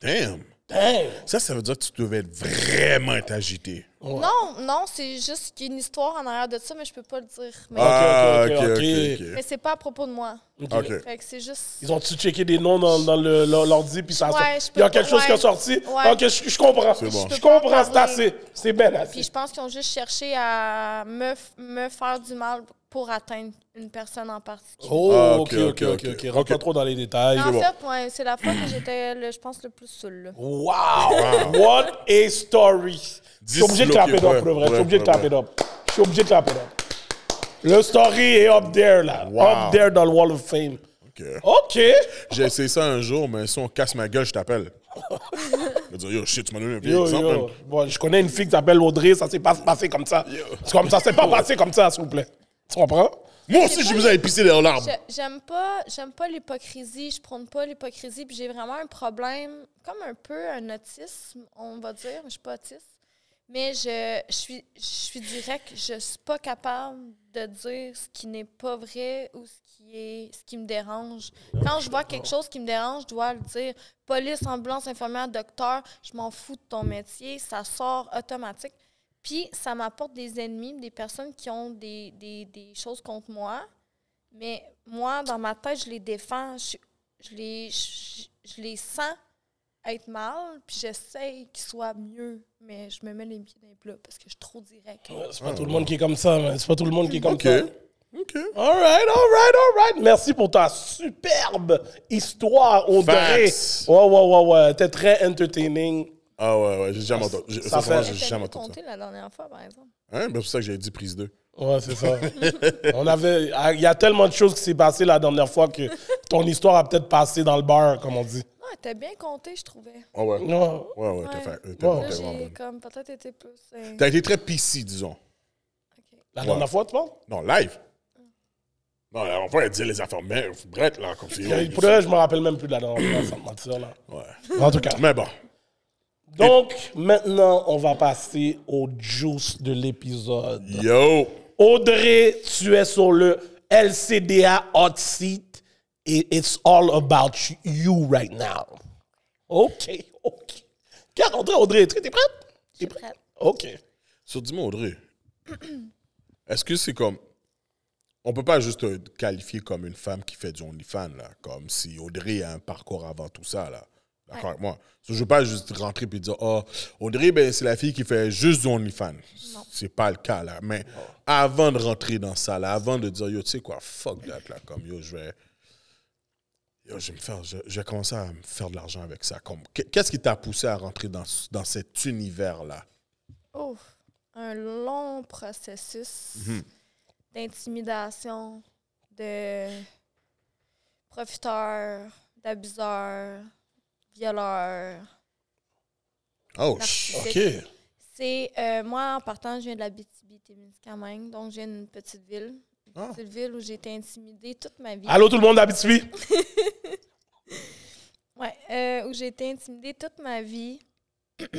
S4: Damn.
S3: Damn.
S4: Ça, ça veut dire que tu devais être vraiment être agité.
S5: Non, non, c'est juste qu'il y a une histoire en arrière de ça, mais je peux pas le dire. Mais,
S4: Ah,
S3: ok,
S4: ok,
S3: ok,
S4: ok,
S5: mais
S4: ok.
S5: c'est pas à propos de moi.
S4: Ok.
S5: Fait que c'est juste...
S3: Ils ont-tu checké des noms dans, dans le- le- l'ordi, puis ça
S5: Ouais, je
S3: Il y a
S5: peux
S3: quelque
S5: pas-
S3: chose qui est
S5: ouais.
S3: sorti.
S5: Ouais.
S3: Ok, je, je comprends.
S4: bon.
S3: Je
S5: Je peux pas
S3: comprends, c'est
S5: parler.
S3: assez. C'est bien
S5: Puis
S3: assez.
S5: je pense qu'ils ont juste cherché à me, f- me faire du mal pour atteindre une personne en particulier.
S3: Oh,
S4: Ah,
S3: ok, ok, ok, ok. Rentre pas
S4: Ok.
S3: trop dans les détails.
S5: en fait, ouais, c'est la fois que j'étais, le- je pense, le plus saoul. là.
S3: Wow! What a story! Je suis obligé de clapper
S4: Disloqué,
S3: d'op,
S4: ouais,
S3: pour le vrai. Je suis
S4: ouais,
S3: obligé de
S4: ouais,
S3: clapper
S4: ouais.
S3: d'op. Je suis obligé de clapper d'op. Le story est up there, là.
S4: Wow.
S3: Up there dans le Wall of Fame.
S4: Ok.
S3: OK.
S4: J'ai essayé ça un jour, mais si on casse ma gueule, je t'appelle. Je vais dire, yo, shit, tu m'as donné un vieil
S3: Yo,
S4: exemple.
S3: yo. Bon, je connais une fille qui s'appelle Audrey. Ça s'est pas passé comme ça. C'est comme ça. C'est pas passé comme ça, s'il vous plaît. Tu comprends?
S4: Moi aussi, je vous ai épicé les larmes.
S5: Je- J'aime pas, j'aime pas l'hypocrisie, je prône pas l'hypocrisie, puis j'ai vraiment un problème, comme un peu un autisme, on va dire, je suis pas autiste, mais je, je suis, je suis direct, je suis pas capable de dire ce qui n'est pas vrai ou ce qui est, ce qui me dérange. Quand je vois quelque chose qui me dérange, je dois le dire. Police, ambulance, infirmière, docteur, je m'en fous de ton métier, ça sort automatique. Puis ça m'apporte des ennemis, des personnes qui ont des, des- des choses contre moi Mais moi, dans ma tête, je les défends. Je, je les, je, je les sens être mal, puis j'essaie qu'ils soient mieux. Mais je me mets les pieds dans les plats parce que je suis trop direct.
S3: C'est pas tout le monde qui est comme ça, man. C'est pas tout le monde qui est comme
S4: OK.
S3: ça.
S4: OK.
S3: All right, all right, all right. Merci pour ta superbe histoire, Audrey.
S4: Facts.
S3: Ouais, ouais, ouais, ouais. T'es très entertaining.
S4: Ah ouais, ouais, j'ai jamais entendu. j'ai-
S3: Ça
S4: sincèrement,
S3: fait-
S4: j'ai
S5: T'as
S4: jamais
S5: jamais
S4: entendu ça.
S5: compté la dernière fois, par exemple.
S4: Hein? Ben, c'est pour ça que j'ai dit prise 2.
S3: Ouais, c'est ça. On avait, ah, il y a tellement de choses qui s'est passé la dernière fois que ton histoire a peut-être passé dans le bar, comme on dit.
S5: Non, elle était bien comptée, je trouvais.
S4: Ah ouais. Ouais,
S3: Ouais.
S4: ouais, t'as
S5: Ouais.
S4: fait. t'as-
S3: Ouais.
S4: t'as
S5: Là,
S4: vraiment
S5: j'ai
S4: bonne.
S5: comme peut-être été plus. euh,
S4: T'as été très PC, disons.
S5: ok.
S3: La dernière
S4: Ouais.
S3: fois, tu penses?
S4: Non, live. Non, on va dire les affaires, mais bref, là, comme si.
S3: Et Pour vrai, je me rappelle même plus de la dernière fois, sans te mentir, là.
S4: Ouais.
S3: En tout cas.
S4: Mais bon.
S3: Donc, maintenant, on va passer au juice de l'épisode.
S4: Yo!
S3: Audrey, tu es sur le LCDA hot seat et it's all about you right now. OK, OK. Regarde, Audrey, Audrey, est-ce que t'es prête? T'es
S5: prête.
S3: OK.
S4: Sur dis-moi, Audrey, est-ce que c'est comme. On peut pas juste te qualifier comme une femme qui fait du OnlyFans, là. Comme si Audrey a un parcours avant tout ça, là. D'accord avec moi? So, je veux pas juste rentrer et dire, oh, Audrey, ben, c'est la fille qui fait juste du OnlyFans. C'est pas le cas, là. Mais avant de rentrer dans ça, là, avant de dire, yo, tu sais quoi, fuck that, là. Comme, yo, je vais. Yo, je vais, me faire, je, je vais commencer à me faire de l'argent avec ça. Comme, Qu'est-ce qui t'a poussé à rentrer dans, ce- dans cet univers-là?
S5: Oh, un long processus d'intimidation, de profiteur, d'abuseur, violeur.
S4: Oh, sh-
S5: Narcissique.
S4: OK.
S5: C'est euh, moi en partant, je viens de la BTB-Témiscamingue, donc j'ai une petite ville, une
S4: Ah.
S5: petite ville où j'ai été intimidée toute ma vie.
S3: Allô, tout le monde d'Abitibi?
S5: Ouais, euh, où j'ai été intimidée toute ma vie.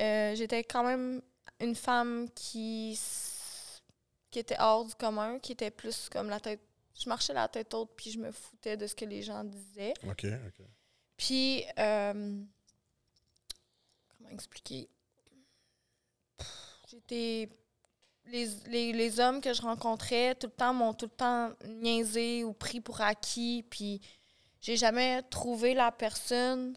S5: Euh, J'étais quand même une femme qui, s- qui était hors du commun, qui était plus comme la tête. Je marchais la tête haute, puis je me foutais de ce que les gens disaient.
S4: OK, OK.
S5: Puis, euh, comment expliquer? Pff, J'étais. Les, les, les hommes que je rencontrais tout le temps m'ont tout le temps niaisé ou pris pour acquis. Puis, j'ai jamais trouvé la personne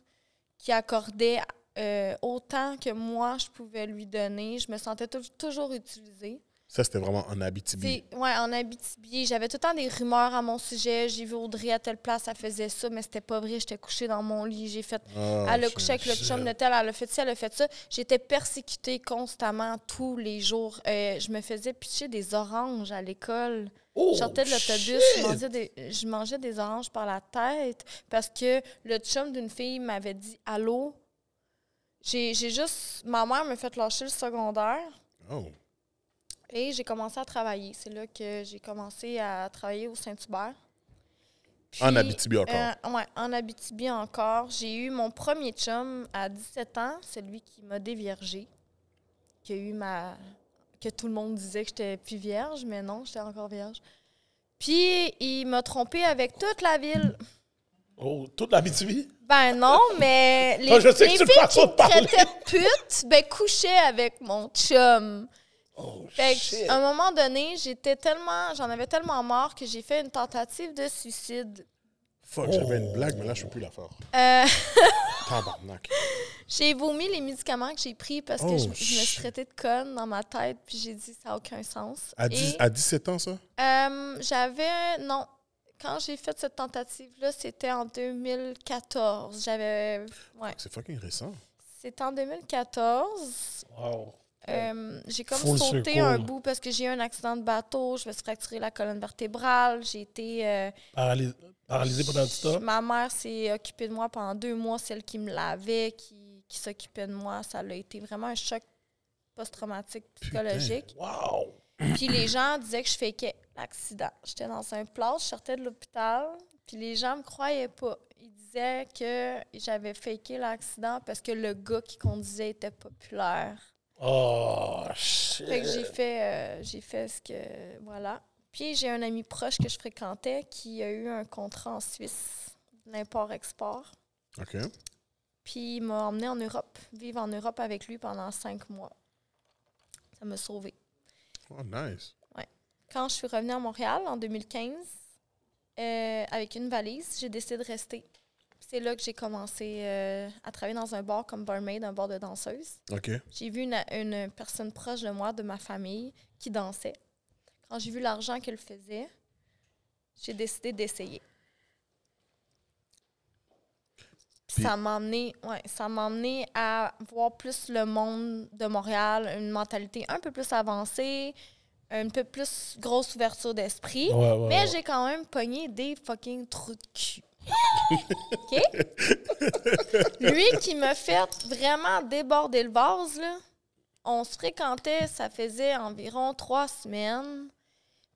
S5: qui accordait euh, autant que moi je pouvais lui donner. Je me sentais tou- toujours utilisée.
S4: Ça, c'était vraiment en Abitibi.
S5: C'est- Ouais, en Abitibi, j'avais tout le temps des rumeurs à mon sujet. J'ai vu Audrey à telle place, elle faisait ça, mais c'était pas vrai. J'étais couchée dans mon lit. J'ai fait.
S4: Ah,
S5: elle a
S4: shit,
S5: couché avec le
S4: shit.
S5: chum de tel, elle a fait ça, elle a fait ça. J'étais persécutée constamment tous les jours. Euh, je me faisais pitcher des oranges à l'école.
S3: Oh,
S5: Je sortais de l'autobus, je
S3: shit!
S5: mangeais, des, je mangeais des oranges par la tête parce que le chum d'une fille m'avait dit allô. J'ai j'ai juste. Ma mère m'a fait lâcher le secondaire.
S4: Oh.
S5: Et j'ai commencé à travailler. C'est là que j'ai commencé à travailler au Saint-Hubert.
S4: En
S5: Puis,
S4: Abitibi encore.
S5: euh, ouais, en Abitibi encore. J'ai eu mon premier chum à 17 ans, celui qui m'a déviergée, qui a eu ma. que tout le monde disait que j'étais plus vierge, mais non, j'étais encore vierge. Puis il m'a trompée avec toute la ville.
S3: Oh, toute l'Abitibi?
S5: Ben non, mais les,
S3: Ah, je sais
S5: les
S3: que c'est une
S5: filles
S3: façon
S5: qui
S3: de
S5: me
S3: parler.
S5: traitaient de pute, ben couchaient avec mon chum.
S3: Oh,
S5: Fait
S3: shit.
S5: que, à un moment donné, j'étais tellement, j'en avais tellement marre que j'ai fait une tentative de suicide.
S4: Fuck, j'avais
S3: Oh.
S4: une blague, mais là, je peux plus la faire.
S5: Euh,
S4: Tabarnak.
S5: j'ai vomi les médicaments que j'ai pris parce que
S4: Oh,
S5: je, je me suis
S4: shit.
S5: traitée de conne dans ma tête, puis j'ai dit ça n'a aucun sens.
S4: À,
S5: Et,
S4: dix- à 17 ans, ça?
S5: euh, j'avais non. Quand j'ai fait cette tentative-là, c'était en 2014. J'avais. Ouais.
S4: C'est fucking récent.
S5: C'était en 2014.
S3: Wow.
S5: Euh, j'ai comme
S3: Full
S5: sauté
S3: circle.
S5: un bout parce que j'ai eu un accident de bateau, je me suis fracturé la colonne vertébrale, j'ai été... euh,
S3: Paralysé, paralysé pendant tout temps?
S5: ma mère s'est occupée de moi pendant deux mois, celle qui me lavait, qui, qui s'occupait de moi, ça a été vraiment un choc post-traumatique psychologique.
S3: Wow.
S5: Puis les gens disaient que je fakeais l'accident. J'étais dans un place, je sortais de l'hôpital, puis les gens me croyaient pas. Ils disaient que j'avais faké l'accident parce que le gars qui conduisait était populaire.
S3: Oh,
S5: Fait que
S3: shit.
S5: j'ai fait, euh, j'ai fait ce que. Voilà. Puis j'ai un ami proche que je fréquentais qui a eu un contrat en Suisse d'import-export.
S4: OK.
S5: Puis il m'a emmené en Europe, vivre en Europe avec lui pendant cinq mois. Ça m'a sauvée.
S4: Oh, nice.
S5: Quand je suis revenue à Montréal en 2015, euh, avec une valise, j'ai décidé de rester. C'est là que j'ai commencé euh, à travailler dans un bar comme barmaid, un bar de danseuse.
S4: OK.
S5: J'ai vu une, une personne proche de moi, de ma famille, qui dansait. Quand j'ai vu l'argent qu'elle faisait, j'ai décidé d'essayer. Puis
S4: Puis-
S5: Ça m'a amené, ouais, ça m'a amené à voir plus le monde de Montréal, une mentalité un peu plus avancée, un peu plus grosse ouverture d'esprit.
S3: Ouais, ouais,
S5: Mais
S3: ouais.
S5: j'ai quand même pogné des fucking trous de cul. OK? Lui qui m'a fait vraiment déborder le vase, là. On se fréquentait, ça faisait environ trois semaines.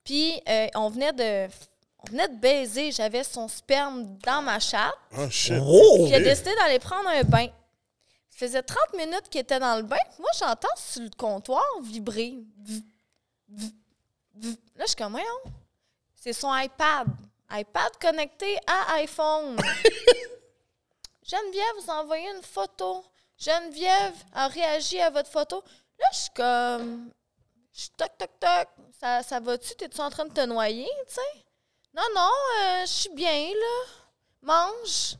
S5: Puis euh, on venait de on venait de baiser. J'avais son sperme dans ma chatte.
S4: Oh, shit.
S3: Oh!
S5: J'ai décidé d'aller prendre un bain. Ça faisait 30 minutes qu'il était dans le bain. Moi, j'entends sur le comptoir vibrer. Vf, vf, vf. Là, je suis comme, voyons. C'est son iPad. iPad connecté à iPhone. Geneviève, vous envoyez une photo. Geneviève a réagi à votre photo. Là, je suis comme. Je suis toc, toc, toc. Ça, ça va-tu? T'es-tu en train de te noyer, tu sais? Non, non, euh, je suis bien, là. Mange.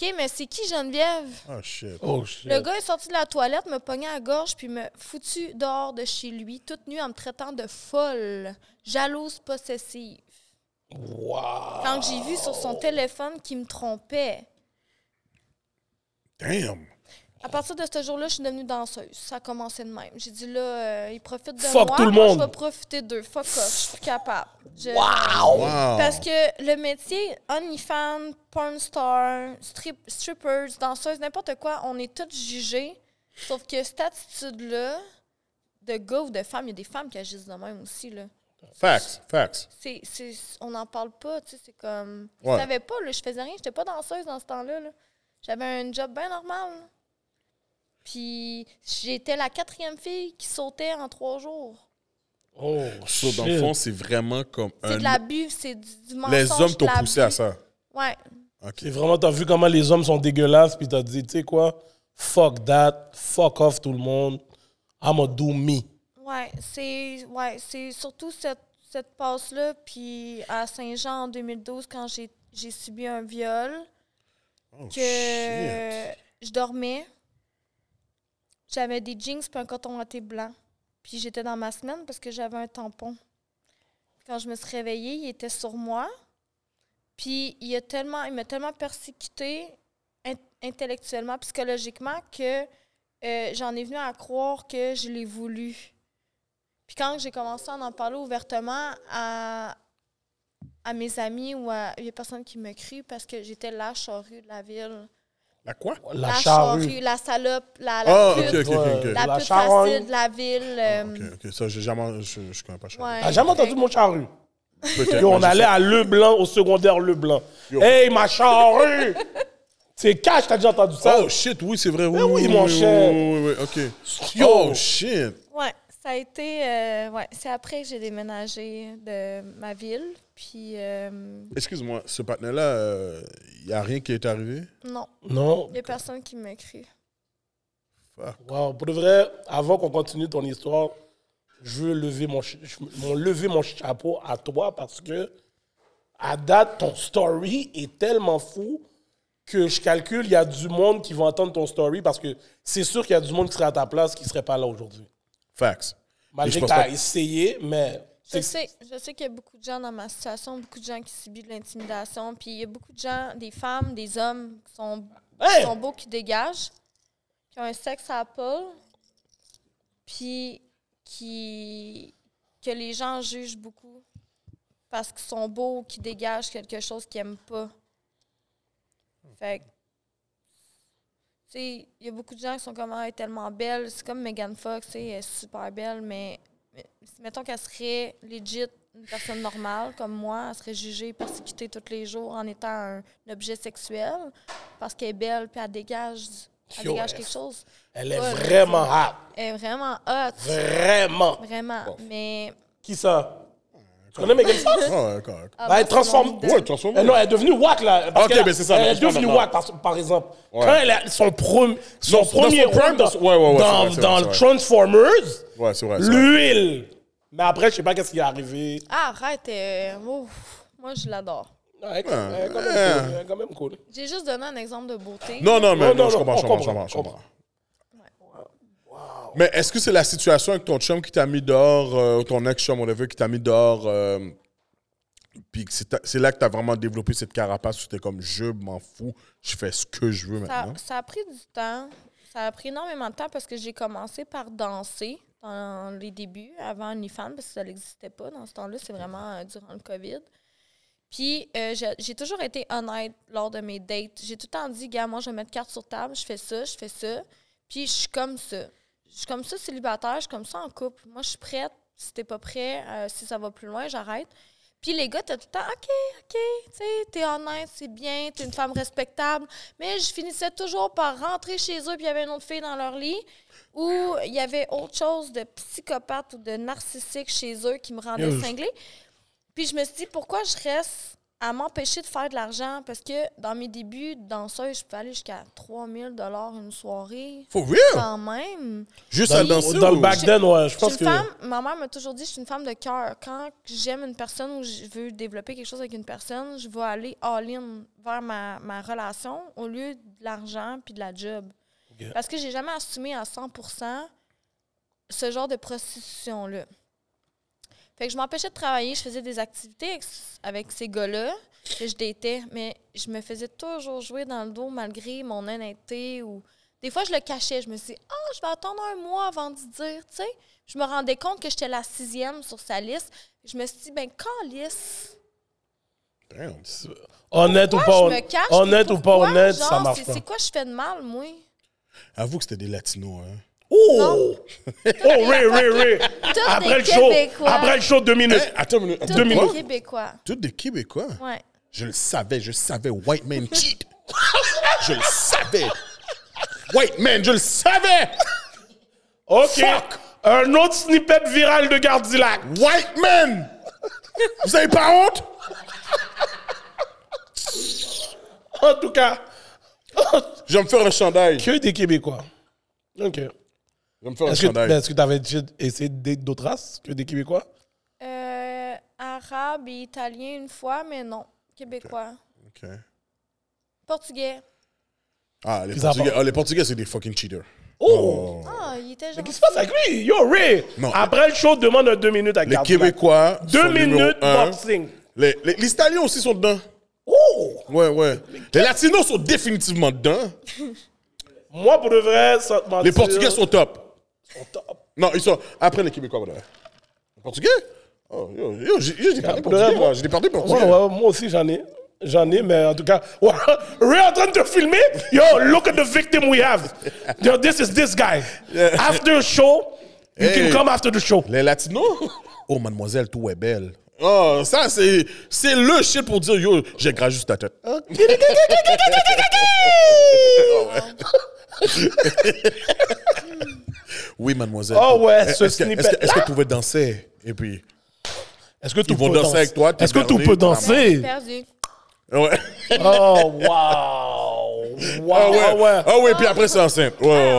S5: OK, mais c'est qui Geneviève?
S4: Oh, shit.
S3: Oh, shit.
S5: Le gars est sorti de la toilette, me pognait à la gorge, puis me foutu dehors de chez lui, toute nue en me traitant de folle, jalouse, possessive.
S3: Wow.
S5: Quand j'ai vu sur son téléphone qu'il me trompait.
S4: Damn.
S5: À partir de ce jour-là, je suis devenue danseuse. Ça a commencé de même. J'ai dit là, euh, il profite de
S3: Fuck
S5: moi,
S3: tout le
S5: moi,
S3: monde.
S5: je vais profiter d'eux. Fuck off, je suis plus capable. Je-
S4: Wow. Oh.
S5: Parce que le métier OnlyFans, porn star, strip, strippers, danseuses, n'importe quoi, on est tous jugés. Sauf que cette attitude-là, de gars ou de femmes, il y a des femmes qui agissent de même aussi. Là.
S4: Facts. Facts.
S5: C'est, c'est- on n'en parle pas, tu sais, c'est comme...
S4: Ouais.
S5: Je savais pas, là, je faisais rien, j'étais pas danseuse dans ce temps-là. là. J'avais un job bien normal. là. Puis j'étais la quatrième fille qui sautait en trois jours.
S3: Oh,
S4: So,
S3: shit.
S4: dans le fond, c'est vraiment comme
S5: C'est
S4: un.
S5: de l'abus, c'est du, du mensonge.
S4: Les hommes
S5: de
S4: t'ont
S5: l'abus.
S4: poussé à ça.
S5: Ouais,
S4: OK.
S3: C'est vraiment, t'as vu comment les hommes sont dégueulasses, puis t'as dit, tu sais quoi, fuck that, fuck off tout le monde, I'ma do me.
S5: Ouais, c'est ouais, c'est surtout cette, cette passe-là. Puis à Saint-Jean en 2012, quand j'ai j'ai subi un viol,
S4: Oh,
S5: que
S4: shit.
S5: je dormais, j'avais des jeans puis un coton thé blanc. Puis j'étais dans ma semaine parce que j'avais un tampon. Quand je me suis réveillée, il était sur moi. Puis il a tellement, il m'a tellement persécutée in- intellectuellement, psychologiquement que euh, j'en ai venu à croire que je l'ai voulu. Puis quand j'ai commencé à en parler ouvertement à, à mes amis ou à des personnes qui me crient parce que j'étais la charrue de la ville.
S4: La quoi?
S3: La, charrue.
S5: la salope, la, la
S4: Ah, OK,
S5: pute,
S4: OK, Ah, OK.
S3: Ouais.
S4: ok.
S5: la,
S3: La
S5: pute
S3: charogne.
S5: facile de la ville. euh,
S4: OK, OK. Ça, j'ai jamais. Je, je connais pas Charles.
S5: ouais.
S3: T'as jamais entendu
S5: Fait-
S3: mon charrue?
S4: Peut-être,
S3: Yo,
S4: mais
S3: on
S4: je
S3: allait
S4: sais.
S3: à Leblanc, au secondaire Leblanc.
S4: Yo.
S3: Hey, ma charrue! C'est cash, t'as déjà entendu ça? Ben
S4: Oh shit, oui, c'est vrai. Oui,
S3: oui,
S4: oui,
S3: mon
S4: oui,
S3: cher.
S4: Oui, oui, oui, ok.
S3: Yo.
S4: Oh shit.
S5: Ouais, ça a été. euh, ouais, c'est après que j'ai déménagé de ma ville. Puis euh,
S4: Excuse-moi, ce partenaire-là, il n'y a rien qui est arrivé.
S5: non,
S4: Oh.
S3: Non?
S5: il y a personne qui me crie.
S3: Wow, pour de vrai, avant qu'on continue ton histoire, je veux lever mon, ch- je- mon- lever mon chapeau à toi parce que, à date, ton story est tellement fou que je calcule, il y a du monde qui va entendre ton story parce que c'est sûr qu'il y a du monde qui serait à ta place qui serait pas là aujourd'hui.
S4: Facts. Et je
S3: Malgré que
S4: pense
S3: tu as
S4: pas-
S3: essayé, mais.
S5: Je sais, je sais qu'il y a beaucoup de gens dans ma situation, beaucoup de gens qui subissent de l'intimidation. Puis il y a beaucoup de gens, des femmes, des hommes qui sont,
S3: Hey!
S5: qui sont beaux, qui dégagent, qui ont un sexe à la poule, puis qui, que les gens jugent beaucoup parce qu'ils sont beaux, qui dégagent quelque chose qu'ils n'aiment pas. Fait que, tu sais, il y a beaucoup de gens qui sont comme, ah, elle est tellement belle. C'est comme Megan Fox, tu sais, elle est super belle, mais mais si- mettons qu'elle serait legit une personne normale comme moi, elle serait jugée, persécutée tous les jours en étant un, un objet sexuel parce qu'elle est belle puis elle dégage, elle
S3: Yo,
S5: dégage
S3: elle-
S5: quelque chose.
S3: Elle est
S5: Ouais,
S3: vraiment hot.
S5: Elle est vraiment hot,
S3: Vraiment.
S5: vraiment. Mais
S3: Qui ça? Tu connais Megan Fox?
S4: Ah, ouais, correct.
S3: Bah, elle
S5: ah, moi, c'est mon
S3: transforme.
S5: idole.
S4: Ouais, transforme.
S3: Euh, non, elle est devenue wack là. parce
S4: Ok,
S3: qu'elle a-
S4: ben, c'est ça,
S3: Elle
S4: mais
S3: est
S4: je comprends
S3: devenue
S4: pas.
S3: wack par, par exemple.
S4: Ouais.
S3: Quand elle a son, prom- son
S4: Dans son- dans
S3: premier
S4: son prime,
S3: rôle dans,
S4: dans- ouais, ouais, ouais,
S3: dans-
S4: c'est vrai, c'est
S3: dans
S4: vrai,
S3: le
S4: c'est vrai.
S3: Transformers,
S4: Ouais, c'est vrai. c'est vrai.
S3: l'huile. Mais après, je sais pas qu'est-ce qui est arrivé.
S5: Ah, arrête, euh, ouf, moi je l'adore.
S3: Non, elle est quand- elle est quand même cool. Elle est quand même cool.
S5: J'ai juste donné un exemple de beauté.
S4: Non, non, mais
S3: Non,
S4: non,
S3: non,
S4: je
S3: non,
S4: comprends,
S3: on
S4: je comprends, je
S3: comprend,
S4: comprends. je
S3: on
S4: comprends. Mais est-ce que c'est la situation avec ton chum qui t'a mis dehors, euh, ou ton ex-chum, on a vu, qui t'a mis dehors, euh, puis que c'est ta- c'est là que t'as vraiment développé cette carapace où t'es comme, je m'en fous, je fais ce que je veux
S5: Ça,
S4: maintenant?
S5: ça a pris du temps. Ça a pris énormément de temps parce que j'ai commencé par danser dans les débuts, avant OnlyFans, parce que ça n'existait pas dans ce temps-là. C'est vraiment euh, durant le COVID. Puis, euh, j'ai- j'ai toujours été honnête lors de mes dates. J'ai tout le temps dit, gars, moi, je vais mettre carte sur table, je fais ça, je fais ça. Puis, je suis comme ça. Je suis comme ça célibataire, je suis comme ça en couple. Moi, je suis prête. Si t'es pas prêt, euh, si ça va plus loin, j'arrête. Puis les gars, t'as tout le temps, OK, OK, tu sais, t'es honnête, c'est bien, t'es une femme respectable. Mais je finissais toujours par rentrer chez eux, puis il y avait une autre fille dans leur lit, ou il y avait autre chose de psychopathe ou de narcissique chez eux qui me rendait
S3: Yo, je-
S5: cinglée. Puis je me suis dit, pourquoi je reste à m'empêcher de faire de l'argent? Parce que dans mes débuts de danseuse, je pouvais aller jusqu'à 3000 une soirée,
S4: For real?
S5: quand même.
S4: Juste à
S3: Dans,
S4: danser?
S3: dans le
S4: ou-
S3: back then, ouais, je
S5: Je
S3: pense
S5: suis
S3: que.
S5: une femme, ma mère m'a toujours dit, je suis une femme de cœur. Quand j'aime une personne ou je veux développer quelque chose avec une personne, je vais aller all-in vers ma, ma relation au lieu de l'argent puis de la job.
S3: Ok.
S5: Parce que j'ai jamais assumé à 100 ce genre de prostitution-là. Fait que je m'empêchais de travailler, je faisais des activités avec, avec ces gars-là que je datais, mais je me faisais toujours jouer dans le dos malgré mon honnêteté ou. Des fois, je le cachais. Je me suis dit, oh, je vais attendre un mois avant de dire, tu sais. Je me rendais compte que j'étais la sixième sur sa liste. Je me suis dit, ben, calice.
S4: Damn.
S3: Honnête ou pas
S5: Pourquoi je me
S3: honnête.
S5: cache?
S3: Honnête
S5: Puis
S3: ou pas
S5: pourquoi,
S3: honnête,
S5: genre,
S3: ça marche
S5: c'est-
S3: pas.
S5: C'est quoi je fais de mal, moi?
S4: Avoue que c'était des latinos, hein?
S3: Oh! Oh, oui, oui, oui!
S5: Tous
S3: Après
S5: des
S3: le show!
S5: Québécois.
S3: Après le show, deux minutes!
S4: Hein? Attends une minute.
S5: Tous
S4: attends une
S5: des
S4: minute.
S5: Québécois.
S4: Tous des Québécois?
S5: Ouais.
S4: Je le savais, je savais. White man cheat. je le savais. White man, je le savais.
S3: Ok!
S4: Eh, Fuck!
S3: Un autre snippet viral de Gardilac!
S4: White man. Vous avez pas honte?
S3: En tout cas,
S4: Je vais me faire un chandail.
S3: que des Québécois. Ok.
S4: Je vais me faire un
S3: Est-ce que
S4: Oh, chandail.
S3: tu avais déjà essayé de date d'autres races que des Québécois?
S5: Euh, arabe et italien une fois, mais non. Québécois.
S4: Ok.
S5: Portugais.
S4: Ah, les
S3: Ils en
S4: Portugais,
S3: parlent.
S4: ah, les Portugais, c'est des fucking cheaters.
S3: Oh!
S5: Ah, il était genre.
S3: Qu'est-ce qui se passe avec lui? Yo, Ray!
S4: Non.
S3: Après le show, demande un deux minutes à
S4: Les
S3: Gardilac.
S4: Québécois.
S3: Deux
S4: sont numéro
S3: minutes
S4: un.
S3: boxing.
S4: Les, les, les Italiens aussi sont dedans.
S3: Oh!
S4: Ouais, ouais. Les Latinos sont définitivement dedans.
S3: Moi, pour de vrai, ça te
S4: Les Portugais sont top.
S3: top.
S4: Non, ils sont après les Québécois. voilà. Les Portugais Oh, yo, yo, j'ai j'ai des parties
S3: pour le
S4: portugais,
S3: vrai,
S4: là. J'ai des parties
S3: Ouais,
S4: portugais.
S3: ouais, moi aussi, j'en ai. J'en ai, mais en tout cas, ouais. Ray en train de te filmer. Yo, look at the victim we have. Yo, this is this guy. After the show, you
S4: Hey.
S3: can come after the show.
S4: Les Latinos Oh, mademoiselle, tout est belle. Oh, ça, c'est c'est le shit pour dire, yo, j'ai gras juste ta tête. Oui, mademoiselle.
S3: Oh ouais, ce
S4: Est-ce que-
S3: snippet.
S4: Est-ce que- est-ce que tu pouvais danser Et puis.
S3: Est-ce que tu
S4: vont
S3: peux
S4: danser avec toi, t'es
S3: Est-ce que tu
S4: berné.
S3: peux danser?
S5: Perdu.
S4: Ouais.
S3: Oh, wow. Wow,
S4: Ah ouais.
S3: ouais, ouais.
S4: Ah ouais, puis après, c'est enceinte. Ouais, ouais, ouais.
S3: Ouais,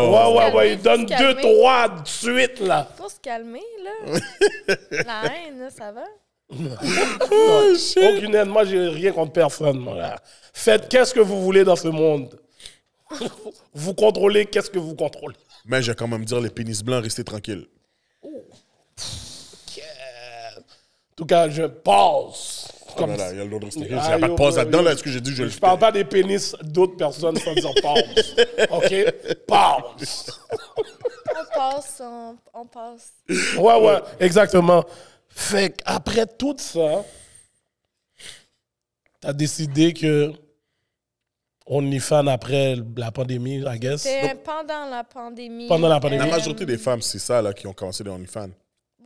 S3: ouais,
S5: calmer,
S3: ouais. Il
S5: faut
S3: donne
S5: se
S3: deux,
S5: calmer.
S3: trois de suite, là.
S5: Pour se calmer, là. La haine, là, ça va?
S3: Aucune aide. Moi, j'ai rien contre personne. moi, là. Faites qu'est-ce que vous voulez dans ce monde. vous contrôlez qu'est-ce que vous contrôlez.
S4: Mais je vais quand même dire, les pénis blancs, restez tranquilles.
S3: En tout cas, je pause. Comme
S4: Voilà,
S3: ça.
S4: il y a le droit de rester tranquille.
S3: Ah,
S4: Il n'y a pas
S3: yo,
S4: de pause
S3: yo,
S4: là-dedans,
S3: yo.
S4: là. Est-ce que j'ai dit, je le
S3: Je parle pas des pénis d'autres personnes sans dire pause. OK? Pause.
S5: On passe, on, on passe.
S3: Ouais, ouais, exactement. Fait qu'après tout ça, t'as décidé que on y fan après la pandémie, I guess.
S5: C'était pendant la pandémie.
S3: Pendant la pandémie.
S4: La
S5: Euh,
S4: majorité des femmes, c'est ça, là, qui ont commencé les OnlyFans.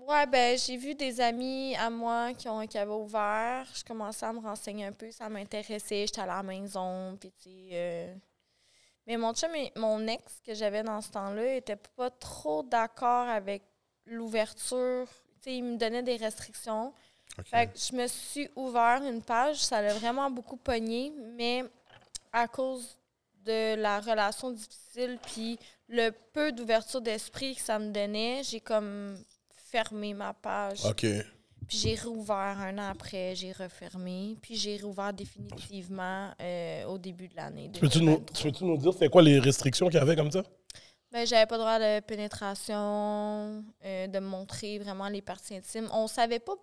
S5: Ouais, ben, j'ai vu des amis à moi qui, ont, qui avaient ouvert. Je commençais à me renseigner un peu, ça m'intéressait. J'étais à la maison, puis tu sais, euh, Mais mon chum, et- mon ex que j'avais dans ce temps-là, était pas trop d'accord avec l'ouverture. Tu sais, il me donnait des restrictions.
S4: Ok.
S5: Fait que je me suis ouvert une page, ça l'a vraiment beaucoup pogné, mais à cause de la relation difficile puis le peu
S3: Ah.
S5: d'ouverture d'esprit que ça me donnait, j'ai comme fermé ma page.
S4: OK.
S5: Puis j'ai rouvert un an après, j'ai refermé. Puis j'ai rouvert définitivement euh, au début de l'année.
S3: Tu peux-tu nous,
S5: 2023.
S3: tu peux-tu nous dire c'est quoi les restrictions qu'il y avait comme ça?
S5: Ben, j'avais pas le droit de pénétration, euh, de montrer vraiment les parties intimes. On savait pas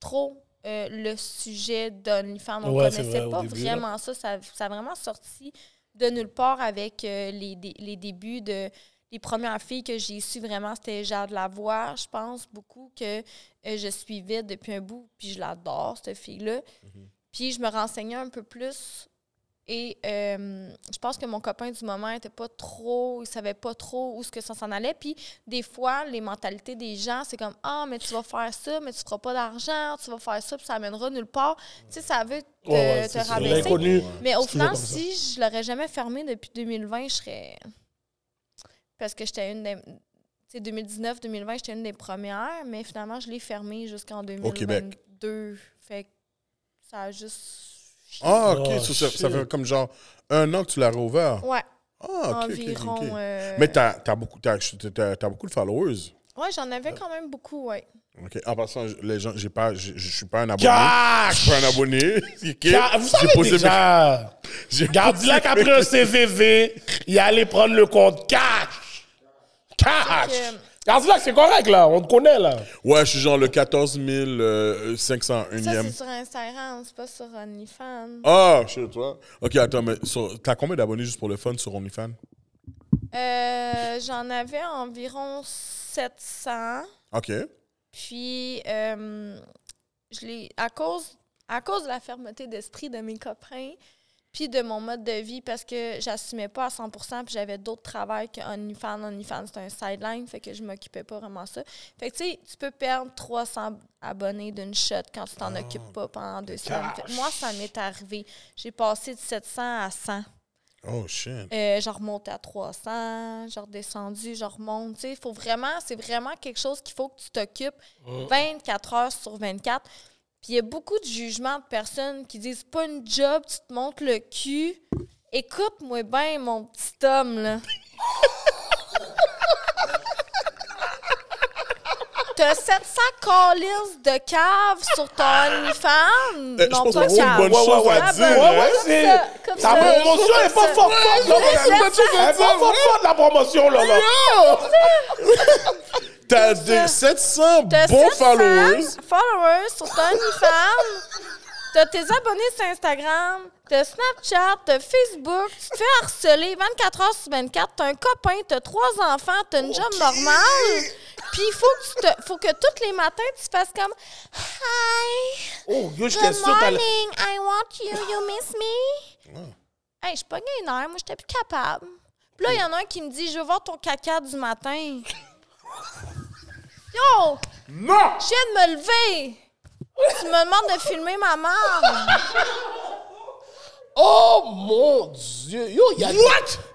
S5: trop euh, le sujet d'OnlyFans. On
S3: Ouais, c'est
S5: connaissait
S3: vrai, au
S5: pas
S3: début, là.
S5: vraiment ça. ça. ça a vraiment sorti de nulle part avec euh, les, dé- les débuts de. Les premières filles que j'ai sues vraiment, c'était Jade Lavoie, je pense, beaucoup, que euh, je suivais depuis un bout, puis je l'adore, cette fille-là. Puis je me renseignais un peu plus et euh, je pense que mon copain du moment était pas trop, il savait pas trop où ce que ça s'en allait. Puis des fois, les mentalités des gens, c'est comme ah mais tu vas faire ça, mais tu feras pas d'argent, tu vas faire ça, puis ça amènera nulle part. Tu sais, ça veut te,
S3: Ouais, ouais,
S5: te
S3: c'est ça.
S5: rabaisser.
S3: L'inconnu.
S5: Mais au
S3: C'est
S5: final,
S3: toujours comme
S5: si je l'aurais jamais fermé depuis 2020, je serais parce que j'étais une des tu sais, 2019, 2020, j'étais une des premières, mais finalement, je l'ai fermé jusqu'en
S4: Québec.
S5: 2022. Fait que ça a juste.
S4: Ah, OK.
S3: Oh,
S4: ça, ça- ça fait
S3: shit.
S4: comme genre un an que tu l'as rouvert.
S5: Ouais,
S4: Ah, OK, OK, OK.
S5: environ. euh,
S4: Mais t'as t'as beaucoup, t'as- t'as- t'as beaucoup de followers.
S5: Ouais, j'en avais quand même beaucoup, ouais.
S4: OK. En passant, je- les gens, j'ai pas, je, je suis pas un abonné.
S3: Cac!
S4: Je suis pas un abonné. OK.
S3: Car- vous savez
S4: posé mes-
S3: déjà.
S4: j'ai
S3: Garde-la
S4: posé
S3: qu'après un CVV, il allait prendre le compte cash. Cash.
S5: C'est que-
S3: Garde-la, c'est correct, là. On te connaît, là.
S4: Ouais, je suis genre le euh, 14 501
S5: Ça, c'est
S4: e
S5: sur Instagram, c'est pas sur OnlyFans.
S4: Ah, chez toi. OK, attends, mais sur- t'as combien d'abonnés juste pour le fun sur OnlyFans?
S5: Euh, j'en avais environ 700.
S4: OK.
S5: Puis, euh, je l'ai, à, cause, à cause de la fermeté d'esprit de mes copains, puis de mon mode de vie, parce que j'assumais pas à 100 puis j'avais d'autres travails que OnlyFans. OnlyFans, c'est un sideline, fait que je m'occupais pas vraiment de ça. Fait que, tu sais, tu peux perdre 300 abonnés d'une shot quand tu t'en occupes pas pendant deux semaines. Fait que moi, ça m'est arrivé. J'ai passé de 700 à 100.
S4: Oh, shit.
S5: Euh, je remonte à 300, je redescendu, je remonte. Tu sais, faut vraiment, c'est vraiment quelque chose qu'il faut que tu t'occupes 24 heures sur 24. Puis il y a beaucoup de jugements de personnes qui disent pas une job, tu te montes le cul. Écoute-moi bien, mon petit homme, là. T'as 700 calices de cave sur ton OnlyFans.
S4: Euh, je
S5: non,
S4: pense
S5: pas
S4: que c'est une
S5: cave.
S4: bonne chose à
S5: Ah,
S4: dire, hein?
S5: ben,
S4: Ouais,
S3: Ouais, ouais,
S5: comme
S3: c'est.
S5: ça, comme
S3: Ta
S5: ça.
S3: promotion est pas
S5: Comme ça.
S3: forte, forte, là. Elle
S5: c'est
S3: est pas forte, forte, la promotion, là. là.
S4: T'as des 700
S5: T'as
S4: bons
S5: 700
S4: followers.
S5: followers sur ton OnlyFans. T'as tes abonnés sur Instagram, t'as Snapchat, t'as Facebook, tu te fais harceler 24 heures sur 24, t'as un copain, t'as trois enfants, t'as une job normale. Puis il faut que tu te- faut que tous les matins tu fasses comme Hi,
S3: Oh, yo, j'étais
S5: good
S3: sûr, t'allais.
S5: morning, I want you, you miss me.
S3: Oh.
S5: Hey, je pas une heure, moi j'étais plus capable. Puis là, il y en a un qui me dit Je veux voir ton caca du matin. Yo!
S3: Non!
S5: Je viens de me lever! Tu me demandes de filmer ma mère!
S3: Oh mon dieu! Yo, il y a What?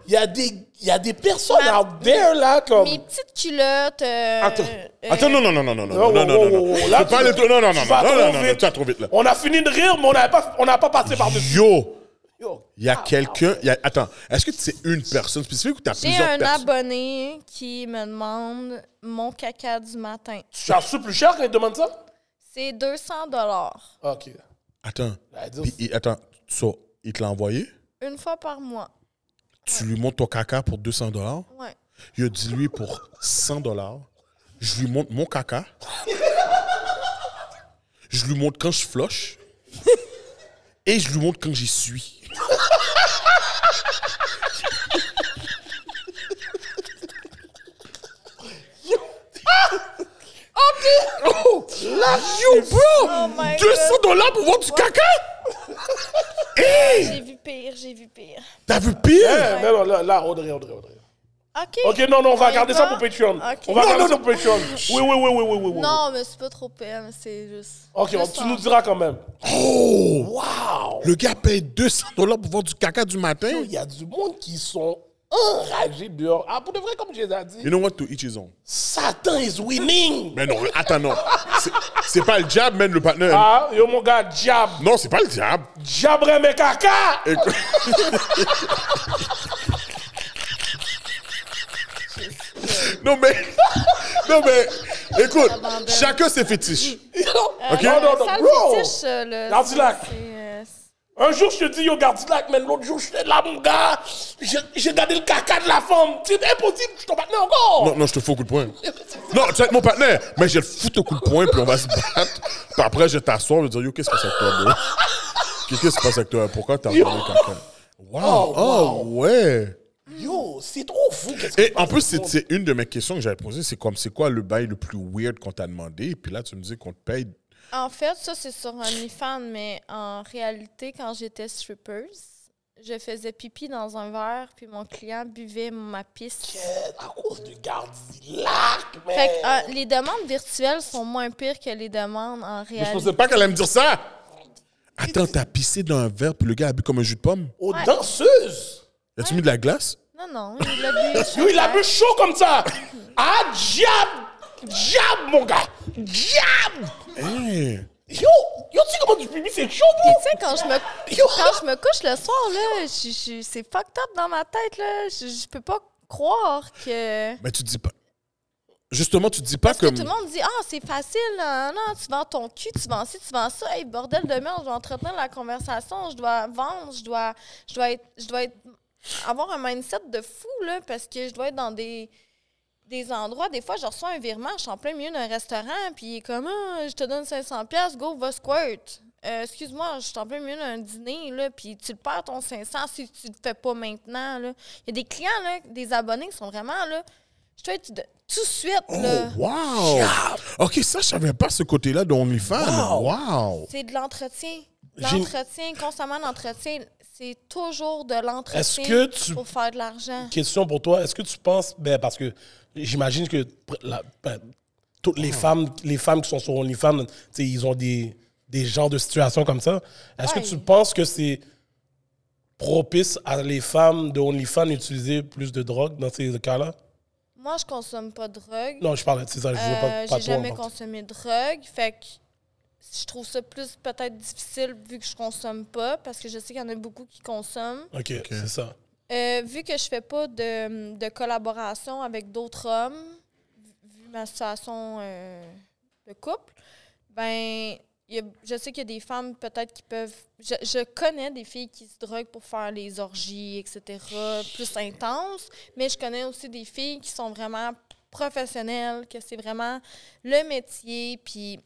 S3: Il y, a des- y a des personnes
S5: Ma-
S3: out there là comme.
S5: Mes petites culottes. euh,
S3: Oh. Attends. Ah,
S5: euh,
S4: Attends, non, non, non, non, non, non,
S3: Oh,
S4: non, non,
S3: oh,
S4: non,
S3: oh,
S4: non.
S3: oh,
S4: Faut pas
S3: là, tu-
S4: aller trop- Non, non, non,
S3: tu
S4: non,
S3: vas
S4: non,
S3: trop
S4: non, non,
S3: vite.
S4: tu vas trop vite, là.
S3: On a fini de rire, mais on n'a pas, on n'a pas passé par-dessus.
S4: Yo,
S3: Yo.
S4: il y
S5: Ah.
S4: a quelqu'un... il y a- Attends, est-ce que c'est une personne spécifique ou t'as
S5: J'ai
S4: plusieurs
S5: un
S4: personnes?
S5: abonné qui me demande mon caca du matin.
S3: Tu as su plus cher quand ils te demandent ça?
S5: C'est 200 dollars
S3: Ok.
S4: Attends,
S3: J'allais dire,
S4: puis il- attends, ça, il te l'a envoyé?
S5: une fois par mois.
S4: Tu lui montes ton caca pour 200 dollars.
S5: Ouais.
S4: Il a dit lui pour 100 dollars. Je lui montre mon caca. Je lui montre quand je floche. Et je lui montre quand j'y suis. Yo,
S5: Oh
S4: bro!
S5: my
S4: 200
S5: god!
S4: dollars pour voir du caca? Hey!
S5: J'ai vu pire, j'ai vu pire.
S4: T'as vu pire?
S3: Eh, Non, non, là, là, Audrey, Audrey, Audrey.
S5: OK.
S3: Ok, non, non, on va
S5: y
S3: garder
S5: va?
S3: ça pour Patreon.
S5: Ok.
S3: On va
S5: Non,
S3: garder
S5: non,
S3: ça pour Patreon. Oui, oui, oui, oui, oui, oui. oui.
S5: Non, mais c'est pas trop pire, mais c'est juste.
S3: Ok, on-
S5: juste
S3: tu
S5: en-
S3: nous diras quand même.
S4: Oh!
S3: Wow!
S4: Le gars paye 200 dollars pour voir du caca du matin?
S3: Il y a du monde qui sont enragés dehors. Ah, pour de vrai, comme je les ai dit,
S4: You know what? To each his own.
S3: Satan is winning!
S4: Mais non, attends, non. C'est- C'est pas le diable, man, le partenaire.
S3: Ah, yo, mon gars, diable!
S4: Non, c'est pas le diable.
S3: J'abrais mes caca!
S4: Écoute, non, mais. Non, mais. Écoute,
S5: Abandonne.
S4: chacun ses fétiches.
S5: Euh,
S4: Ok.
S5: le
S4: Non, non,
S3: non,
S5: sale
S3: bro.
S5: fétiche, euh, le-
S3: Gardilac.
S5: c'est, euh, c'est-
S3: Un jour, je te dis, yo, Gardilac, mais l'autre jour, je suis là, mon gars. J'ai j'ai gardé le caca de la femme. C'est impossible, je t'en battais encore.
S4: Non, non, je te fous au coup de poing. Non, tu vas être mon partenaire, mais je vais le foutre au coup de poing, puis on va se battre. Puis après, je vais t'asseoir, je vais dire, yo, qu'est-ce qui se passe avec toi, bro? Qu'est-ce qui se passe avec toi? Pourquoi t'as regardé quelqu'un? Wow! Oh, ouais!
S3: Yo, c'est trop fou. qu'est-ce
S4: Et
S3: qui se
S4: en
S3: passe
S4: plus,
S3: dans le
S4: c'est
S3: monde.
S4: c'est une de mes questions que j'avais posées, c'est comme, c'est quoi le bail le plus weird qu'on t'a demandé? Puis là, tu me dis qu'on te paye.
S5: En fait, ça, c'est sur OnlyFans, mais en réalité, quand j'étais stripper, je faisais pipi dans un verre, puis mon client buvait ma pisse.
S3: à cause de Gardilac,
S5: Fait
S3: man.
S5: que, euh, les demandes virtuelles sont moins pires que les demandes en
S4: Mais je
S5: réalité.
S4: pensais pas qu'elle allait me dire ça! Attends, t'as pissé dans un verre, puis le gars a bu comme un jus de pomme?
S3: Aux danseuses.
S4: As-tu mis de la glace?
S5: Non, non, il a bu.
S3: Yo, il a bu chaud comme ça. Ah, diable. Diable, mon gars. Diable.
S4: Hein?
S3: Yo, yo, tu sais comment du public, c'est chaud,
S5: Puis
S3: bro.
S5: tu sais, quand je me,
S3: Yo.
S5: quand je me couche le soir, là, je- je- c'est fucked up dans ma tête, là. Je, je peux pas croire que...
S4: Mais ben, tu dis pas. Justement, tu dis pas
S5: Parce que
S4: comme.
S5: tout le monde dit « Ah, c'est facile, non, non, tu vends ton cul, tu vends ci, tu vends ça. Hey, bordel de merde, je dois entretenir la conversation, je dois vendre, je dois, je dois être... Je dois être avoir un mindset de fou, là, parce que je dois être dans des... Des endroits, des fois, je reçois un virement, je suis en plein milieu d'un restaurant, puis il est comme Ah, je te donne 500$, piastres, go, va squirt. Euh, Excuse-moi, je suis en plein milieu d'un dîner, là, puis tu le perds ton 500$ si tu le fais pas maintenant. là. Il y a des clients, là, des abonnés qui sont vraiment là. Je te dis, de- tout de suite, là.
S4: Oh, wow! OK, ça, je savais pas ce côté-là de OnlyFans. Wow!
S5: C'est de l'entretien.
S3: J'ai-
S5: L'entretien, constamment l'entretien. C'est toujours de l'entretien
S3: Est-ce que tu-
S5: pour faire de l'argent.
S3: Question pour toi, est-ce que tu penses, ben, parce que j'imagine que pr- la- ben, toutes les femmes, les femmes qui sont sur OnlyFans, tu sais, ils ont des, des genres de situations comme ça. Est-ce
S5: Ouais.
S3: que tu penses que c'est propice à les femmes de OnlyFans d'utiliser plus de drogue dans ces cas-là?
S5: Moi, je consomme pas de drogue.
S3: Non, je parle, c'est ça, je veux
S5: Euh,
S3: pas, pas
S5: J'ai
S3: toi,
S5: jamais
S3: en partie.
S5: consommé de drogue. Fait que je trouve ça plus peut-être difficile vu que je consomme pas parce que je sais qu'il y en a beaucoup qui consomment.
S3: Ok, c'est ça.
S5: Euh, vu que je fais pas de, de collaboration avec d'autres hommes, vu ma situation euh, de couple, ben il y a- je sais qu'il y a des femmes peut-être qui peuvent. Je, je connais des filles qui se droguent pour faire les orgies, etc., plus intenses, mais je connais aussi des filles qui sont vraiment professionnelles, que c'est vraiment le métier, puis.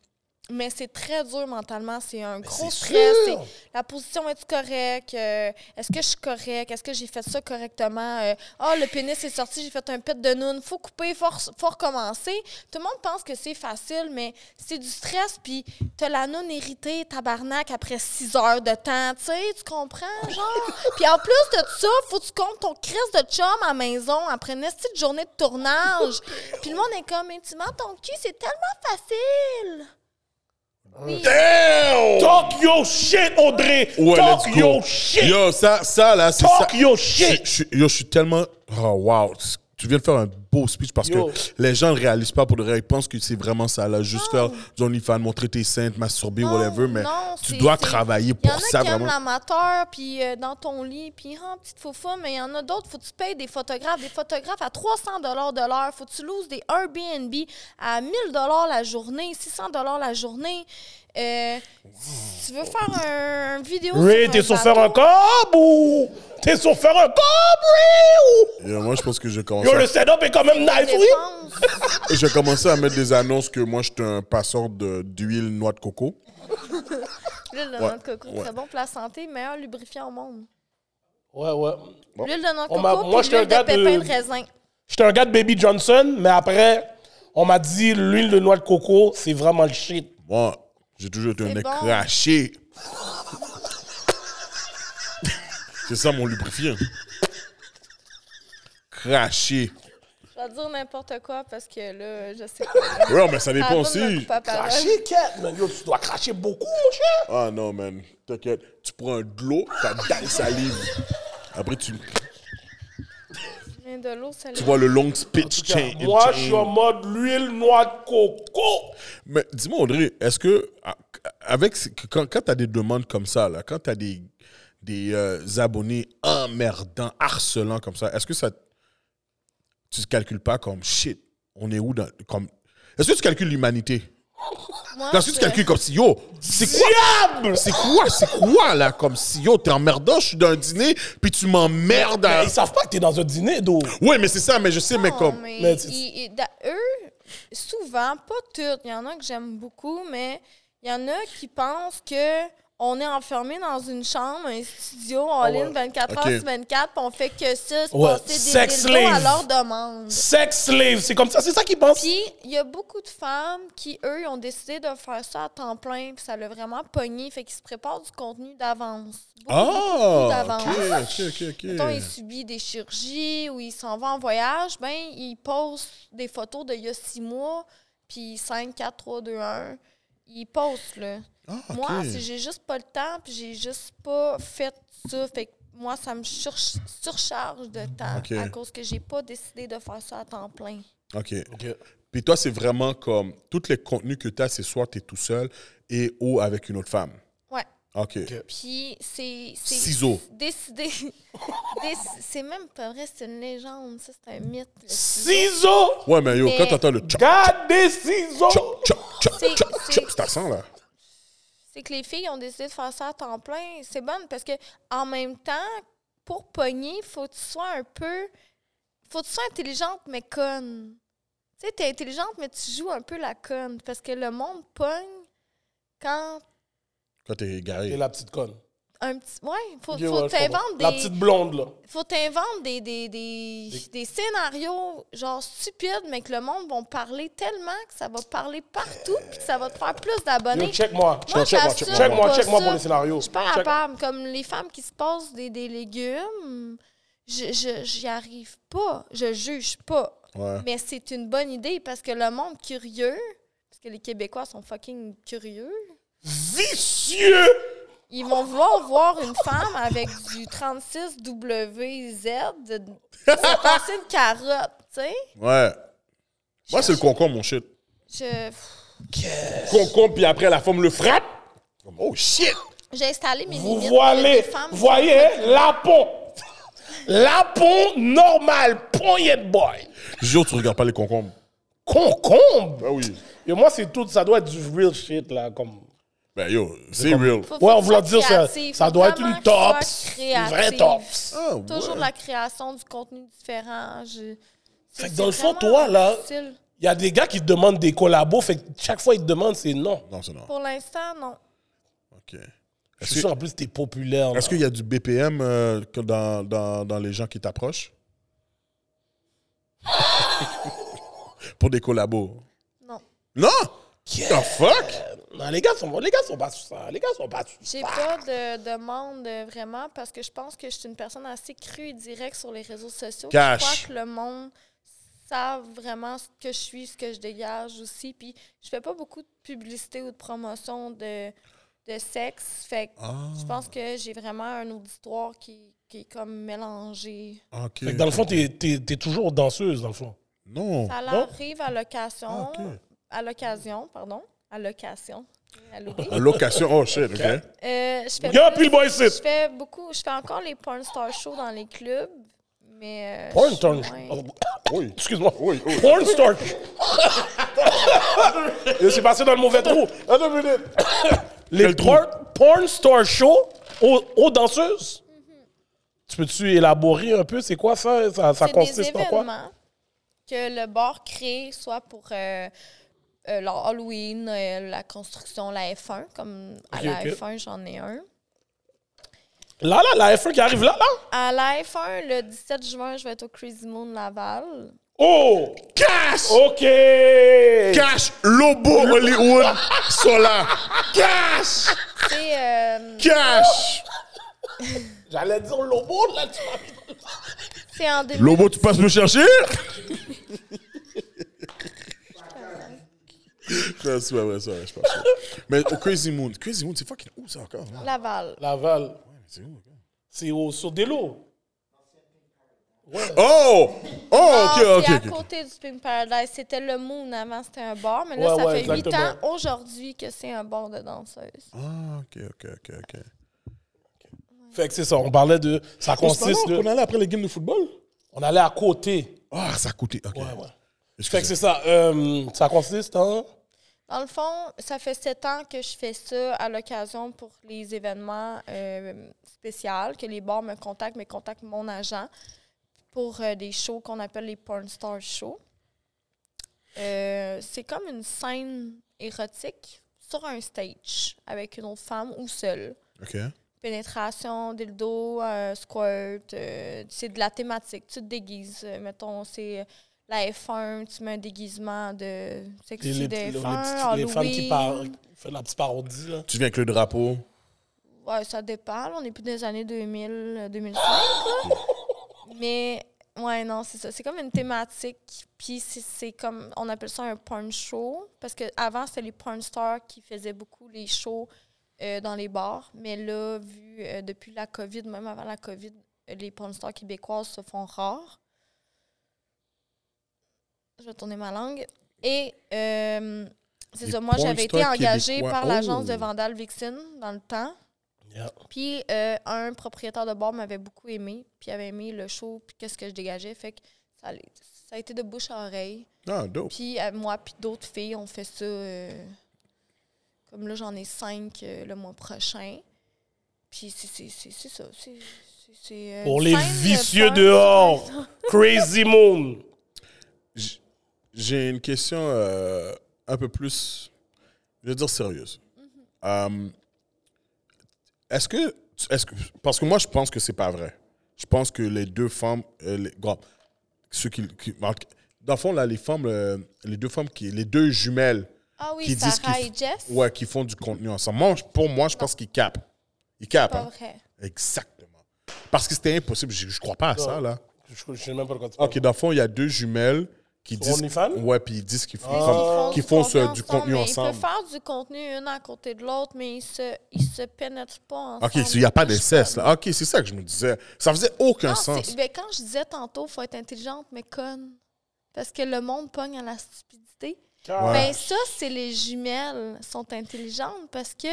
S5: Mais c'est très dur mentalement, c'est un gros
S3: c'est
S5: stress.
S3: sûr!
S5: c'est- la position est-tu correcte? Euh, Est-ce que je suis correcte? Est-ce que j'ai fait ça correctement? Euh, Ah, le pénis est sorti, j'ai fait un pet de noun. Faut couper, faut, re- faut recommencer. Tout le monde pense que c'est facile, mais c'est du stress, puis t'as la noun héritée, tabarnak, après six heures de temps. Tu sais, tu comprends, genre? puis en plus de ça, faut que tu comptes ton crise de chum à la maison après une petite journée de tournage. puis le monde est comme, Mais tu mens ton cul, c'est tellement facile! Oui.
S4: Damn!
S3: Talk your shit, Audrey!
S4: Ouais,
S3: Talk
S4: let's go.
S3: your shit!
S4: Yo, ça, ça là, c'est ça.
S3: Talk your
S4: Je-
S3: shit!
S4: je- yo, je suis tellement. Oh, wow. Tu viens de faire un beau speech parce
S3: Yo.
S4: que les gens ne réalisent pas pour de vrai. Ils pensent que c'est vraiment ça, là. Juste faire du OnlyFans, montrer tes seins, te masturber,
S5: Non,
S4: whatever. Mais
S5: non,
S4: tu
S5: c'est-
S4: dois
S5: c'est-
S4: travailler
S5: Il y en
S4: pour
S5: a
S4: ça,
S5: qui aiment
S4: vraiment.
S5: l'amateur, puis euh, dans ton lit, puis ah, petite foufa, mais il y en a d'autres, faut que tu payes des photographes, des photographes à 300 dollars de l'heure, faut que tu loues des Airbnb à 1000 dollars la journée, 600 dollars la journée. Euh, si tu veux faire un, un vidéo
S3: Ray,
S5: sur
S3: t'es
S5: un
S3: sur
S5: bateau,
S3: faire un cob ou. T'es sur faire un cob, Ray, ou.
S4: Yo, moi, je pense que je vais commencer
S3: Yo,
S4: à-
S3: le setup est quand même nice, oui.
S5: dépense.
S4: je vais commencer à mettre des annonces que moi, je suis un passeur de- d'huile noix de coco.
S5: L'huile de
S4: Ouais,
S5: noix de coco,
S4: ouais.
S5: très bon pour la santé, meilleur lubrifiant au monde.
S3: Ouais, ouais.
S5: L'huile de noix de
S3: On m'a-
S5: coco,
S3: moi,
S5: puis
S3: j'étais un
S5: l'huile de
S3: gars de-
S5: pépins de raisin.
S3: J'étais un gars de Baby Johnson, mais après, on m'a dit l'huile de noix de coco, c'est vraiment le shit.
S4: Moi, j'ai toujours été un
S5: C'est
S4: nec
S5: bon.
S4: craché. C'est ça mon lubrifiant. Craché.
S5: Je vais dire n'importe quoi parce que là, je sais pas.
S4: Ouais, mais ça
S5: Ah,
S4: dépend
S5: donne-moi un coup
S4: aussi.
S5: à parole.
S3: Cracher, Kat, man. Yo, tu dois cracher beaucoup, mon cher.
S4: Ah non, man. T'inquiète. Tu prends un de l'eau, t'as dalle salive. Après, tu,
S5: Mais de l'eau, ça
S4: tu vois le long speech chain.
S3: Moi, je suis en mode l'huile noix de coco.
S4: Mais dis-moi, Audrey, est-ce que, à- avec, ce- que- quand, quand tu as des demandes comme ça, là, quand tu as des, des euh, abonnés emmerdants, harcelants comme ça, est-ce que ça. Tu ne calcules pas comme shit, on est où dans. Comme, Est-ce que tu calcules l'humanité?
S5: Moi,
S4: Parce que tu
S5: je-
S4: calcules comme si yo, c'est quoi? C'est quoi? C'est quoi là? Comme si yo, t'es emmerdant, je suis dans un dîner, puis tu m'emmerdes à.
S3: Ils savent pas que t'es dans un dîner, d'eau.
S4: Ouais, mais c'est ça, mais je sais, mais
S5: Non,
S4: comme.
S5: mais
S3: Mais tu-
S5: ils- ils- da- eux, souvent, pas toutes, il y en a que j'aime beaucoup, mais il y en a qui pensent que on est enfermé dans une chambre, un studio en ligne 24
S4: Ah Ok.
S5: heures sur 24, puis on fait que ça, se
S3: Ouais,
S5: passer
S3: sex
S5: des dildos à
S3: slave.
S5: leur demande.
S3: Sex slave, c'est comme ça, c'est ça qu'ils pensent.
S5: Puis, il y a beaucoup de femmes qui, eux, ont décidé de faire ça à temps plein, puis ça l'a vraiment pogné, fait qu'ils se préparent du contenu d'avance. Beaucoup, beaucoup,
S4: Ah!
S5: beaucoup d'avance.
S4: Ok, ok, ok, ok.
S5: Mettons, il subit des chirurgies ou il s'en va en voyage, ben il pose des photos d'il y a six mois, puis 5, 4, 3, 2, 1. Il poste, là.
S4: Ah, ok.
S5: Moi, si j'ai juste pas le temps, puis j'ai juste pas fait ça, fait que moi, ça me sur- surcharge de temps
S4: Ok.
S5: à cause que j'ai pas décidé de faire ça à temps plein.
S4: OK. Puis toi, c'est vraiment comme tous les contenus que tu as, c'est soit tu es tout seul et ou avec une autre femme.
S5: Ouais.
S4: OK.
S5: Puis c'est. c'est-
S4: Ciseaux.
S5: Décider. déc- c'est même pas vrai, c'est une légende, ça, c'est un mythe. le ciseau.
S3: Ciseaux!
S4: Ouais, mais yo,
S5: Mais-
S4: quand t'entends le chop,
S3: Garde des ciseaux!
S4: chop, chop, chop,
S5: C'est-
S4: chop,
S5: c'est-
S4: chop, c'est accent là.
S5: c'est que les filles ont décidé de faire ça à temps plein. C'est bon parce que en même temps, pour pogner, faut que tu sois un peu. Faut que tu sois intelligente mais conne. Tu sais, t'es intelligente, mais tu joues un peu la conne. Parce que le monde pogne quand
S4: Quand t'es
S3: Et
S4: égaré.
S3: la petite conne.
S5: un petit. Ouais, faut,
S3: Ok, ouais,
S5: faut
S3: je comprends.
S5: t'inventer
S3: La
S5: des.
S3: petite blonde, là.
S5: Faut t'inventer des, des, des, des scénarios genre stupides, mais que le monde va parler tellement que ça va parler partout puis que ça va te faire plus
S3: Yo,
S5: d'abonnés.
S3: check-moi.
S4: check-moi,
S5: Moi, j'assume
S4: check-moi,
S3: check-moi,
S5: pas
S3: check-moi pour
S5: ça.
S3: les scénarios.
S5: Je suis pas
S3: Check-
S5: capable. Comme les femmes qui se passent des, des légumes, je je- j'y arrive pas. Je juge pas.
S4: Ouais.
S5: Mais c'est une bonne idée parce que le monde curieux, parce que les Québécois sont fucking curieux,
S3: Vicieux!
S5: ils vont vouloir voir une femme avec du 36WZ, de- se passer une carotte, tu sais.
S4: Ouais. Moi, c'est le concombre, mon shit.
S5: Je-
S4: Concombre, puis après, la femme le frappe. Comme, Oh shit!
S5: J'ai installé mes
S3: Vous
S5: limites. Il y a
S3: voilez,
S5: des femmes qui-
S3: voyez, hein, lapon. Lapon normal, poignet boy.
S4: Jure, tu regardes pas les concombres.
S3: Concombre.
S4: Ben oui.
S3: Et moi, c'est tout, ça doit être du real shit, là, comme...
S4: Ben yo, c'est real.
S5: Faut- faut
S3: Ouais, on
S5: que tu
S3: voulait
S5: sois
S3: dire ça.
S5: créatif,
S3: Ça
S5: faut
S3: doit être
S5: vraiment
S3: une
S5: que tu sois
S3: tops. Une vraie
S5: créatif.
S3: tops.
S4: Ah, ouais.
S5: Toujours de la création du contenu différent. Je... c'est-
S3: Fait que
S5: c'est
S3: dans le fond,
S5: vraiment
S3: toi, là-
S5: difficile.
S3: Il y a des gars qui te demandent des collabos, fait que chaque fois ils te demandent, c'est non.
S4: Non, c'est non.
S5: Pour l'instant, non.
S4: OK.
S3: Je
S4: Est-ce
S3: suis
S4: que-
S3: sûr, en plus, t'es populaire. là.
S4: est-ce qu'il y a du BPM euh, que dans, dans, dans les gens qui t'approchent? Pour des collabos.
S5: Non.
S4: Non! The fuck?
S3: Non, les gars sont, les gars sont pas sur ça. Les gars sont pas sur ça.
S5: J'ai pas de demande euh, vraiment parce que je pense que je suis une personne assez crue et directe sur les réseaux sociaux. Je
S4: Cash.
S5: crois que le monde savent vraiment ce que je suis, ce que je dégage aussi. Puis je fais pas beaucoup de publicité ou de promotion de, de sexe. Fait que
S3: Ah.
S5: je pense que j'ai vraiment un auditoire qui, qui est comme mélangé.
S4: OK.
S3: Fait que dans le fond, t'es, t'es, t'es toujours danseuse, dans le fond.
S4: Non.
S5: Ça leur
S3: Non?
S5: arrive à l'occasion.
S4: Ah, ok.
S5: À l'occasion, pardon. À l'occasion. À l'oubli.
S3: Ah,
S4: La location. Oh shit, OK.
S5: Euh, je fais
S3: Y'a un
S5: plus-
S3: pile boy ici.
S5: Je fais beaucoup. Je fais encore les porn star shows dans les clubs. Mais. euh,
S3: Porn
S5: je
S3: star. Oh,
S5: suis moins-
S4: Oui.
S3: Excuse-moi.
S4: Oui, oui.
S3: Porn star. Et c'est passé dans le mauvais trou.
S4: Attends une minute.
S3: Les
S4: Quel trou?
S3: porn, porn star show aux, aux danseuses. Tu peux-tu élaborer un peu? C'est quoi ça? Ça, ça
S5: Mm-hmm. C'est des
S3: consiste en quoi?
S5: événements que le bar crée, soit pour euh, euh, leur Halloween, Noël, la construction, la F1, comme à
S3: Ok,
S5: la
S3: ok.
S5: F1, j'en ai un.
S3: Là, là, la F1 qui arrive là, là.
S5: À la F1, le 17 juin, je vais être au Crazy Moon Laval.
S3: Oh!
S4: Cash!
S3: OK!
S4: Cash! Lobo Hollywood Sola! Cash!
S5: C'est. euh,
S4: Cash!
S3: J'allais dire Lobo, là, tu m'as mis-
S5: c'est en début
S4: Lobo, tu passes me chercher? Ça, C'est pas vrai, c'est vrai, je pense. Mais au Crazy Moon. Crazy Moon, c'est fucking où ça encore? hein?
S5: Laval.
S3: Laval,
S4: C'est où encore?
S3: c'est au sur des lots.
S4: Oh! Oh, ok, ok,
S5: Non, Ah, c'est à
S4: ok.
S5: côté du Spring Paradise. C'était le Moon avant, c'était un bar, mais là,
S3: Ouais,
S5: ça
S3: ouais,
S5: fait huit
S3: exactement.
S5: ans aujourd'hui que c'est un bar de danseuse.
S4: Ah, ok, ok, ok, ok.
S3: Fait que c'est ça, on parlait de. Ça
S4: On se
S3: consiste de.
S4: allait après les games de football?
S3: On allait à côté.
S4: Ah, ça a coûté. Ok.
S3: Ouais, ouais. Fait que c'est ça. euh, ça consiste en.
S5: Dans le fond, ça fait sept ans que je fais ça à l'occasion pour les événements euh, spéciaux, que les bars me contactent, mais contactent mon agent pour euh, des shows qu'on appelle les Porn Star Shows. Euh, c'est comme une scène érotique sur un stage avec une autre femme ou seule.
S4: OK.
S5: Pénétration, dildo, euh, squirt, euh, c'est de la thématique. Tu te déguises. Euh, Mettons, c'est la F1, tu mets un déguisement de sexy
S3: les,
S5: de
S3: les- les
S5: F1,
S3: petites- les femmes qui
S5: Halloween.
S3: parlent. Fait la petite parodie, là.
S4: Tu viens avec le drapeau.
S5: Ouais, ça dépend. là. On est plus des années 2000, euh, 2005. là. Mais, ouais, non, c'est ça. C'est comme une thématique. Puis, c'est- c'est comme, on appelle ça un porn show. Parce qu'avant, c'était les porn stars qui faisaient beaucoup les shows euh, dans les bars. Mais là, vu euh, depuis la COVID, même avant la COVID, euh, les porn stars québécoises se font rares. Je vais tourner ma langue. Et, euh, c'est
S4: Les
S5: ça. Moi,
S4: porn
S5: j'avais été
S4: stars
S5: engagée
S4: québécois.
S5: par l'agence de
S4: Oh!
S5: Vandal Vixen dans le temps.
S3: Yeah.
S5: Puis euh, un propriétaire de bar m'avait beaucoup aimé, puis il avait aimé le show, puis qu'est-ce que je dégageais. Fait que ça, allait- ça a été de bouche à oreille.
S4: Ah, dope.
S5: Puis euh, moi, puis d'autres filles, on fait ça. euh, comme là, j'en ai cinq euh, le mois prochain. Puis c'est- c'est c'est- c'est ça. c'est- c'est- c'est, euh,
S3: Pour
S5: une
S3: les
S5: scène de
S3: vicieux
S5: fun.
S3: dehors. Crazy Moon.
S4: J- J'ai une question euh, un peu plus, je veux dire sérieuse.
S5: Mm-hmm.
S4: Euh, est-ce que, est que, parce que moi je pense que c'est pas vrai. Je pense que les deux femmes, euh, les, bon, ceux qui, qui- dans le fond là, les femmes, euh, les deux femmes qui, les deux jumelles,
S5: Ah oui,
S4: qui disent
S5: Sarah
S4: qu'ils
S5: et Jess.
S4: ouais, qui font du contenu ensemble. Moi, je- pour moi, je pense qu'ils capent. Ils capent.
S5: Pas
S4: hein.
S5: vrai.
S4: Exactement. Parce que c'était impossible. Je, je crois pas à ça là.
S3: Je, je sais même pas de quoi tu parles.
S4: Ok, dans le fond, il y a deux jumelles qui
S3: Sur
S4: disent.
S3: OnlyFans? Ah.
S4: Ouais, puis ils disent qu'ils font,
S5: Mais
S4: comme- qu'ils Ah, font ce- du
S5: ensemble,
S4: contenu
S5: mais Ils
S4: ensemble.
S5: peuvent faire du contenu une à côté de l'autre, mais ils se, ils se pénètrent pas ensemble.
S4: Ok, il n'y a pas
S5: Je sais
S4: d'inceste là. Ok, c'est ça que je me disais. Ça faisait aucun
S5: Non,
S4: sens.
S5: c'est- ben, quand je disais tantôt, faut être intelligente, mais conne. Parce que le monde pogne à la stupidité.
S3: Car-
S5: Ben, ça, c'est les jumelles sont intelligentes parce que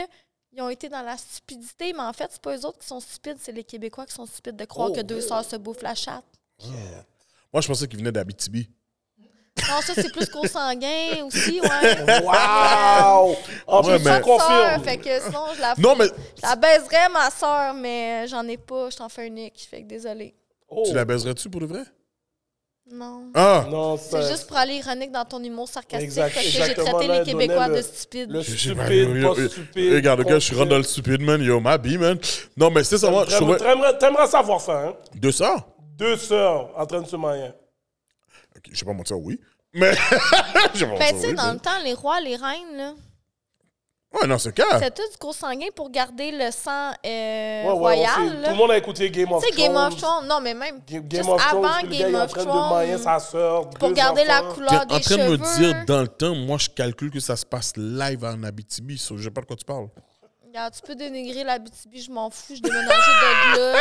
S5: ils ont été dans la stupidité, mais en fait, c'est pas eux autres qui sont stupides, c'est les Québécois qui sont stupides de croire
S3: Oh,
S5: que deux
S3: yeah.
S5: sœurs se bouffent la chatte.
S4: Moi, je pensais qu'ils venaient d'Abitibi.
S5: Non, ça, c'est plus qu'au sanguin aussi, ouais.
S3: Wow! En
S4: Ah, Ouais, mais-
S3: plus, ça
S5: Sœur,
S3: confirme.
S5: fait que sinon, je la,
S4: Non, mais
S5: je la baiserais, ma sœur, mais j'en ai pas, je t'en fais unique, fait que désolé.
S3: Oh.
S4: tu la baiserais-tu pour de vrai?
S5: Non.
S4: Ah!
S3: Non,
S5: C'est
S3: c'est
S5: juste pour aller ironique dans ton humour sarcastique,
S3: Exact-
S5: parce que j'ai
S3: exactement,
S5: traité
S3: là,
S5: les
S3: elle
S5: Québécois
S3: donnait
S5: de
S3: le-
S5: stupides. Ben,
S3: le
S4: Je- je-
S3: stupide,
S4: yo,
S3: pas
S4: yo,
S3: stupide.
S4: Regarde, le gars, je suis rendu
S3: concret.
S4: dans le stupide, man. Yo, ma bee, man. Non, mais c'est ça, moi, je
S3: T'aimerais-
S4: trouvais.
S3: T'aimerais t'aimerais savoir ça, hein?
S4: Deux ça?
S3: Deux sœurs en train de se marier.
S4: Ok, je vais pas mentir, oui. Mais. je vais pas
S5: Ben,
S4: mentir,
S5: tu sais,
S4: oui.
S5: dans le temps, les rois, les reines, là,
S4: mais- Ouais, non, c'est clair.
S5: c'était tout du gros sanguin pour garder le sang euh,
S3: Ah. Ouais, ouais, on sait.
S5: royal.
S3: Tout
S5: là.
S3: le monde a écouté Game of
S5: Tu sais,
S3: Thrones.
S5: Game of Thrones, non, mais même
S3: Ga- Game
S5: juste
S3: of Thrones,
S5: avant
S3: que le gars,
S5: Game
S3: il est en
S5: of
S3: train de marier
S5: Thrones,
S3: sa sœur.
S5: pour
S3: deux
S5: garder la
S3: enfants.
S4: T'es
S5: couleur des
S4: en train de
S5: cheveux.
S4: me dire, dans le temps, moi, je calcule que ça se passe live en Abitibi. so je sais pas de quoi tu parles.
S5: Regarde, tu peux dénigrer la BTB, je m'en fous, je déménageais de là.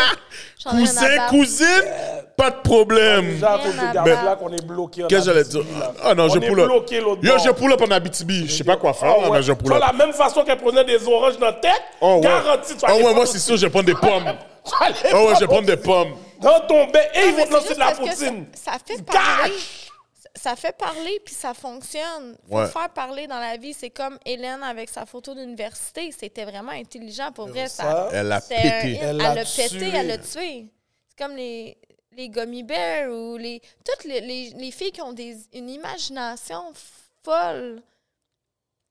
S5: J'en ai rien à
S4: Cousin,
S5: battre.
S4: cousine, pas de problème.
S3: Déjà, à cause
S5: Rien
S3: de
S5: à
S3: Gablac,
S5: voir.
S3: on est bloqué. en
S4: Qu'est-ce que j'allais dire?
S3: Abitibi, là.
S4: Ah non,
S3: On
S4: je
S3: est
S4: pull up.
S3: bloqué l'autre
S4: Yo,
S3: bord.
S4: je pull up en Abitibi. Je sais pas quoi faire,
S3: Ah
S4: là,
S3: ouais.
S4: mais je
S3: Tu
S4: pull
S3: vois,
S4: up.
S3: la même façon qu'elle prenait des oranges dans la tête,
S4: Oh ouais.
S3: garantie, tu
S4: Ah
S3: vas aller
S4: ouais, moi,
S3: prendre-
S4: c'est sûr, je vais prendre des pommes.
S3: tu vas aller
S4: Ah ouais, je vais
S3: prendre
S4: prendre des pommes.
S3: dans ton bain et ils
S5: Non, mais
S3: vont te
S5: c'est
S3: lancer de
S5: juste
S3: la
S5: parce que ça-
S3: poutine.
S5: Ça fait
S3: Gâche!
S5: parler. Ça fait parler, puis ça fonctionne. Faut
S4: Ouais.
S5: faire parler dans la vie. C'est comme Hélène avec sa photo d'université. C'était vraiment intelligent, pour vrai.
S3: Ça,
S5: Ça,
S4: Elle a
S5: c'était un
S4: pété.
S5: hit.
S3: Elle
S5: Elle
S3: l'a
S5: l'a pété,
S3: tué.
S5: elle l'a tué. C'est comme les, les gummy bears ou les... Toutes les, les- les filles qui ont des, une imagination folle.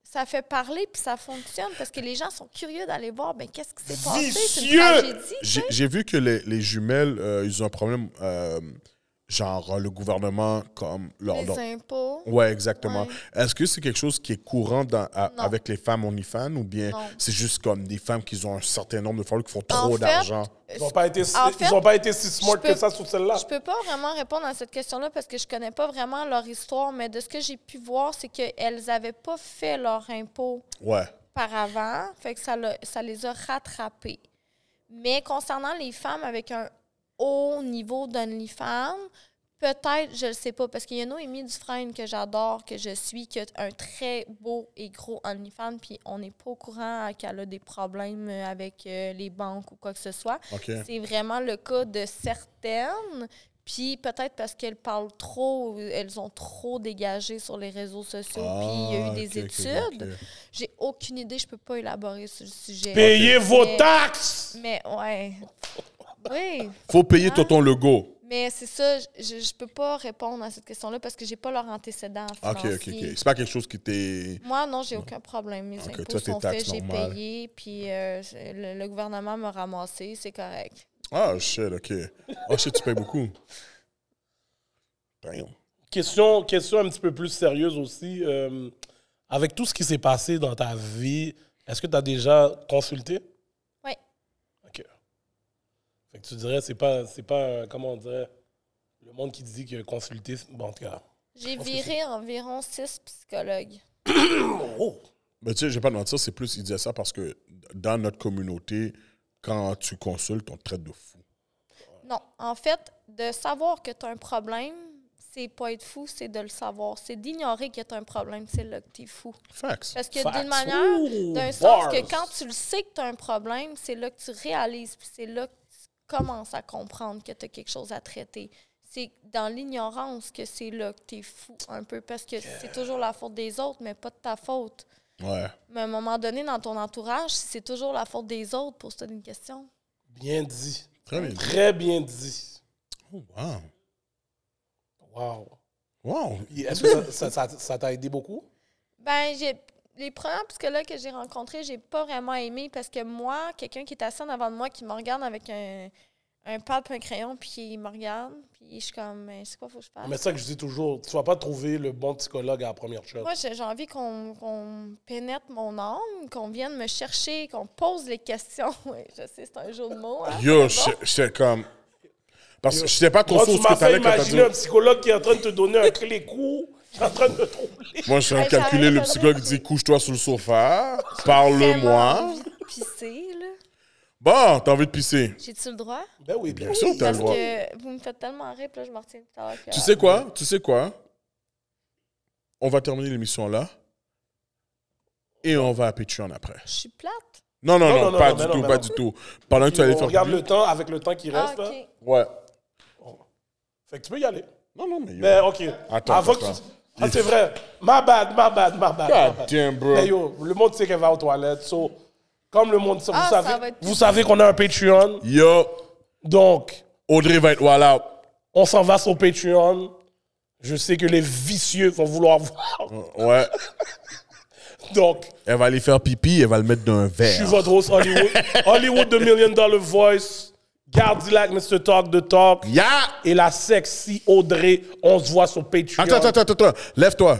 S5: Ça fait parler, puis ça fonctionne, parce que les gens sont curieux d'aller voir, ben, qu'est-ce qui s'est passé? C'est une
S3: Vicieux!
S5: tragédie.
S4: J'ai j'ai vu que les, les jumelles, euh, ils ont un problème, euh, genre, le gouvernement, comme leur.
S5: Les
S4: leur-
S5: impôts.
S4: Ouais, exactement.
S5: Ouais.
S4: Est-ce que c'est quelque chose qui est courant dans- à-
S5: Non.
S4: avec les femmes OnlyFans ou bien
S5: Non.
S4: c'est juste comme des femmes qui ont un certain nombre de followers qui font
S5: En
S4: trop
S5: fait,
S4: d'argent?
S3: Ils n'ont pas, été si-
S5: En
S3: ils
S5: fait,
S3: ont pas été si smart
S5: je peux-
S3: que ça sur celle-là.
S5: Je peux pas vraiment répondre à cette question-là parce que je connais pas vraiment leur histoire, mais de ce que j'ai pu voir, c'est qu'elles avaient pas fait leur impôt
S4: Ouais.
S5: par avant, fait que ça, l'a- ça les a rattrapées. Mais concernant les femmes avec un haut niveau d'OnlyFans, peut-être, je le sais pas, parce qu'il y a Noémie Dufresne que j'adore, que je suis, qui a un très beau et gros OnlyFans, puis on n'est pas au courant euh, qu'elle a des problèmes euh, avec euh, les banques ou quoi que ce soit.
S4: OK.
S5: C'est vraiment le cas de certaines. Puis peut-être parce qu'elles parlent trop, ou elles ont trop dégagé sur les réseaux sociaux, puis il y
S4: Ah,
S5: a eu des études. J'ai aucune idée, je peux pas élaborer sur le sujet.
S3: Payez vos
S5: Mais-
S3: taxes!
S5: Mais ouais. Oui.
S4: Faut payer
S5: Hein?
S4: Tonton Legault.
S5: Mais c'est ça, je, je peux pas répondre à cette question-là parce que j'ai pas leur antécédent
S4: Ok,
S5: financier.
S4: ok, ok. C'est pas quelque chose qui t'est.
S5: Moi, non, j'ai aucun problème. Mes
S4: Ok, toi,
S5: impôts
S4: tes
S5: sont
S4: taxes
S5: faits, j'ai
S4: normales.
S5: payé, puis euh, c'est- le, le gouvernement m'a ramassé, c'est correct.
S4: Ah, shit, ok. Oh shit, tu payes beaucoup. Damn.
S3: Question, question un petit peu plus sérieuse aussi. euh, avec tout ce qui s'est passé dans ta vie, est-ce que tu as déjà consulté?
S5: Oui.
S3: OK. Fait que tu dirais, c'est pas, c'est pas, un- comment on dirait, le monde qui dit que consulter, c'est- bon, en tout cas.
S5: J'ai
S3: pense que
S5: viré environ six psychologues.
S3: Oh!
S4: Mais tu sais, je vais pas te mentir, c'est plus, il disait ça parce que dans notre communauté, quand tu consultes, on te traite de fou.
S5: Non, en fait, de savoir que tu as un problème, c'est pas être fou, c'est de le savoir. C'est d'ignorer que tu as un problème, c'est là que tu es fou.
S4: Facts.
S5: Parce que
S3: Facts.
S5: d'une manière,
S3: Ouh,
S5: d'un sens
S3: bars.
S5: que quand tu le sais que tu as un problème, c'est là que tu réalises, puis c'est là que tu commences à comprendre que tu as quelque chose à traiter. C'est dans l'ignorance que c'est là que tu es fou un peu, parce que c'est toujours la faute des autres, mais pas de ta faute.
S4: Ouais.
S5: Mais à un moment donné, dans ton entourage, si c'est toujours la faute des autres, pose-toi une question.
S3: Bien dit.
S4: Très bien.
S3: Très bien dit.
S4: Oh, wow.
S3: Wow.
S4: Wow.
S3: Et Est-ce que ça- ça- ça- ça t'a aidé beaucoup?
S5: Ben, j'ai les premiers psychologues que j'ai rencontrés, j'ai pas vraiment aimé parce que moi, quelqu'un qui est assis en avant de moi, qui me regarde avec un, un pad puis un crayon, puis il me regarde, puis je suis comme, Mais c'est quoi, faut que je fasse?
S3: Mais c'est ça que je dis toujours, tu vas pas trouver le bon psychologue à la première chose.
S5: Moi, j'ai j'ai envie qu'on qu'on pénètre mon âme, qu'on vienne me chercher, qu'on pose les questions. Oui, je sais, c'est un jeu de mots. hein.
S4: Yo, je- j'étais comme. Parce que je sais pas trop
S3: Moi,
S4: sur
S3: tu
S4: ce
S3: m'as
S4: que
S3: fait
S4: t'allais quand t'as
S3: imaginer un
S4: dit.
S3: psychologue qui est en train de te donner un clé coup, qui est en train de te troubler.
S4: Moi, je suis en train de
S5: Hey, ça
S4: calculer,
S5: aurait
S4: le
S5: été
S4: psychologue
S5: drôle.
S4: dit couche-toi sur le sofa,
S5: Vraiment
S4: parle-moi.
S5: envie de pisser, là.
S4: Bon, t'as envie de pisser.
S5: J'ai-tu le droit?
S3: Ben oui, bien
S4: Bien
S3: sûr.
S4: sûr, t'as le
S5: Parce
S4: droit.
S5: que vous me faites tellement rire, puis là, je m'en retiens tout à l'heure. que-
S4: Tu sais quoi? Tu sais quoi? On va terminer l'émission là. Et on va à Patreon après.
S5: Je suis plate.
S4: Non, non,
S3: Non,
S4: non,
S3: non,
S4: pas
S3: non,
S4: du
S3: mais
S4: tout,
S3: non, mais
S4: pas
S3: non.
S4: du tout. Pendant que tu allais
S3: On
S4: faire.
S3: regarde
S4: pipi.
S3: le temps avec le temps qui
S5: Ah,
S3: reste. là.
S5: OK.
S4: Ouais.
S3: Fait que tu peux y aller.
S4: Non, non, mais. yo.
S3: Mais ok.
S4: Attends,
S3: Avant que
S4: attends.
S3: tu- Ah, c'est vrai. My bad, my bad, my bad. my
S4: God
S3: bad.
S4: damn, bro.
S3: Mais yo, le monde sait qu'elle va aux toilettes. So, comme le monde sait,
S5: Ah,
S3: vous
S5: ça va
S3: savez,
S5: être-
S3: vous savez qu'on a un Patreon.
S4: Yo,
S3: Donc,
S4: Audrey va être wall out.
S3: on s'en va sur Patreon. Je sais que les vicieux vont vouloir voir.
S4: Ouais.
S3: Donc,
S4: Elle va aller faire pipi, elle va le mettre dans un
S3: Je suis
S4: verre.
S3: votre host Hollywood. Hollywood The Million Dollar Voice. Gardilac, Mr. Talk The Talk.
S4: Ya!
S3: Et la sexy Audrey. On se voit sur Patreon.
S4: Attends, attends, attends, attends. Lève-toi.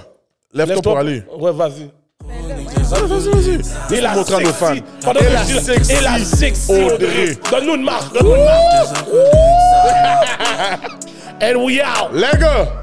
S4: Lève-toi pour aller.
S3: Ouais, vas-y.
S4: Vas-y, vas-y,
S3: Et
S4: vas-y.
S3: la
S4: Montre à nos fans.
S3: sexy. Pendant
S4: Et
S3: que
S4: la
S3: je dis-
S4: sexy.
S3: Et la sexy Audrey.
S4: Audrey.
S3: Donne-nous une marche. Donne-nous une marche. And we out.
S4: Les gars!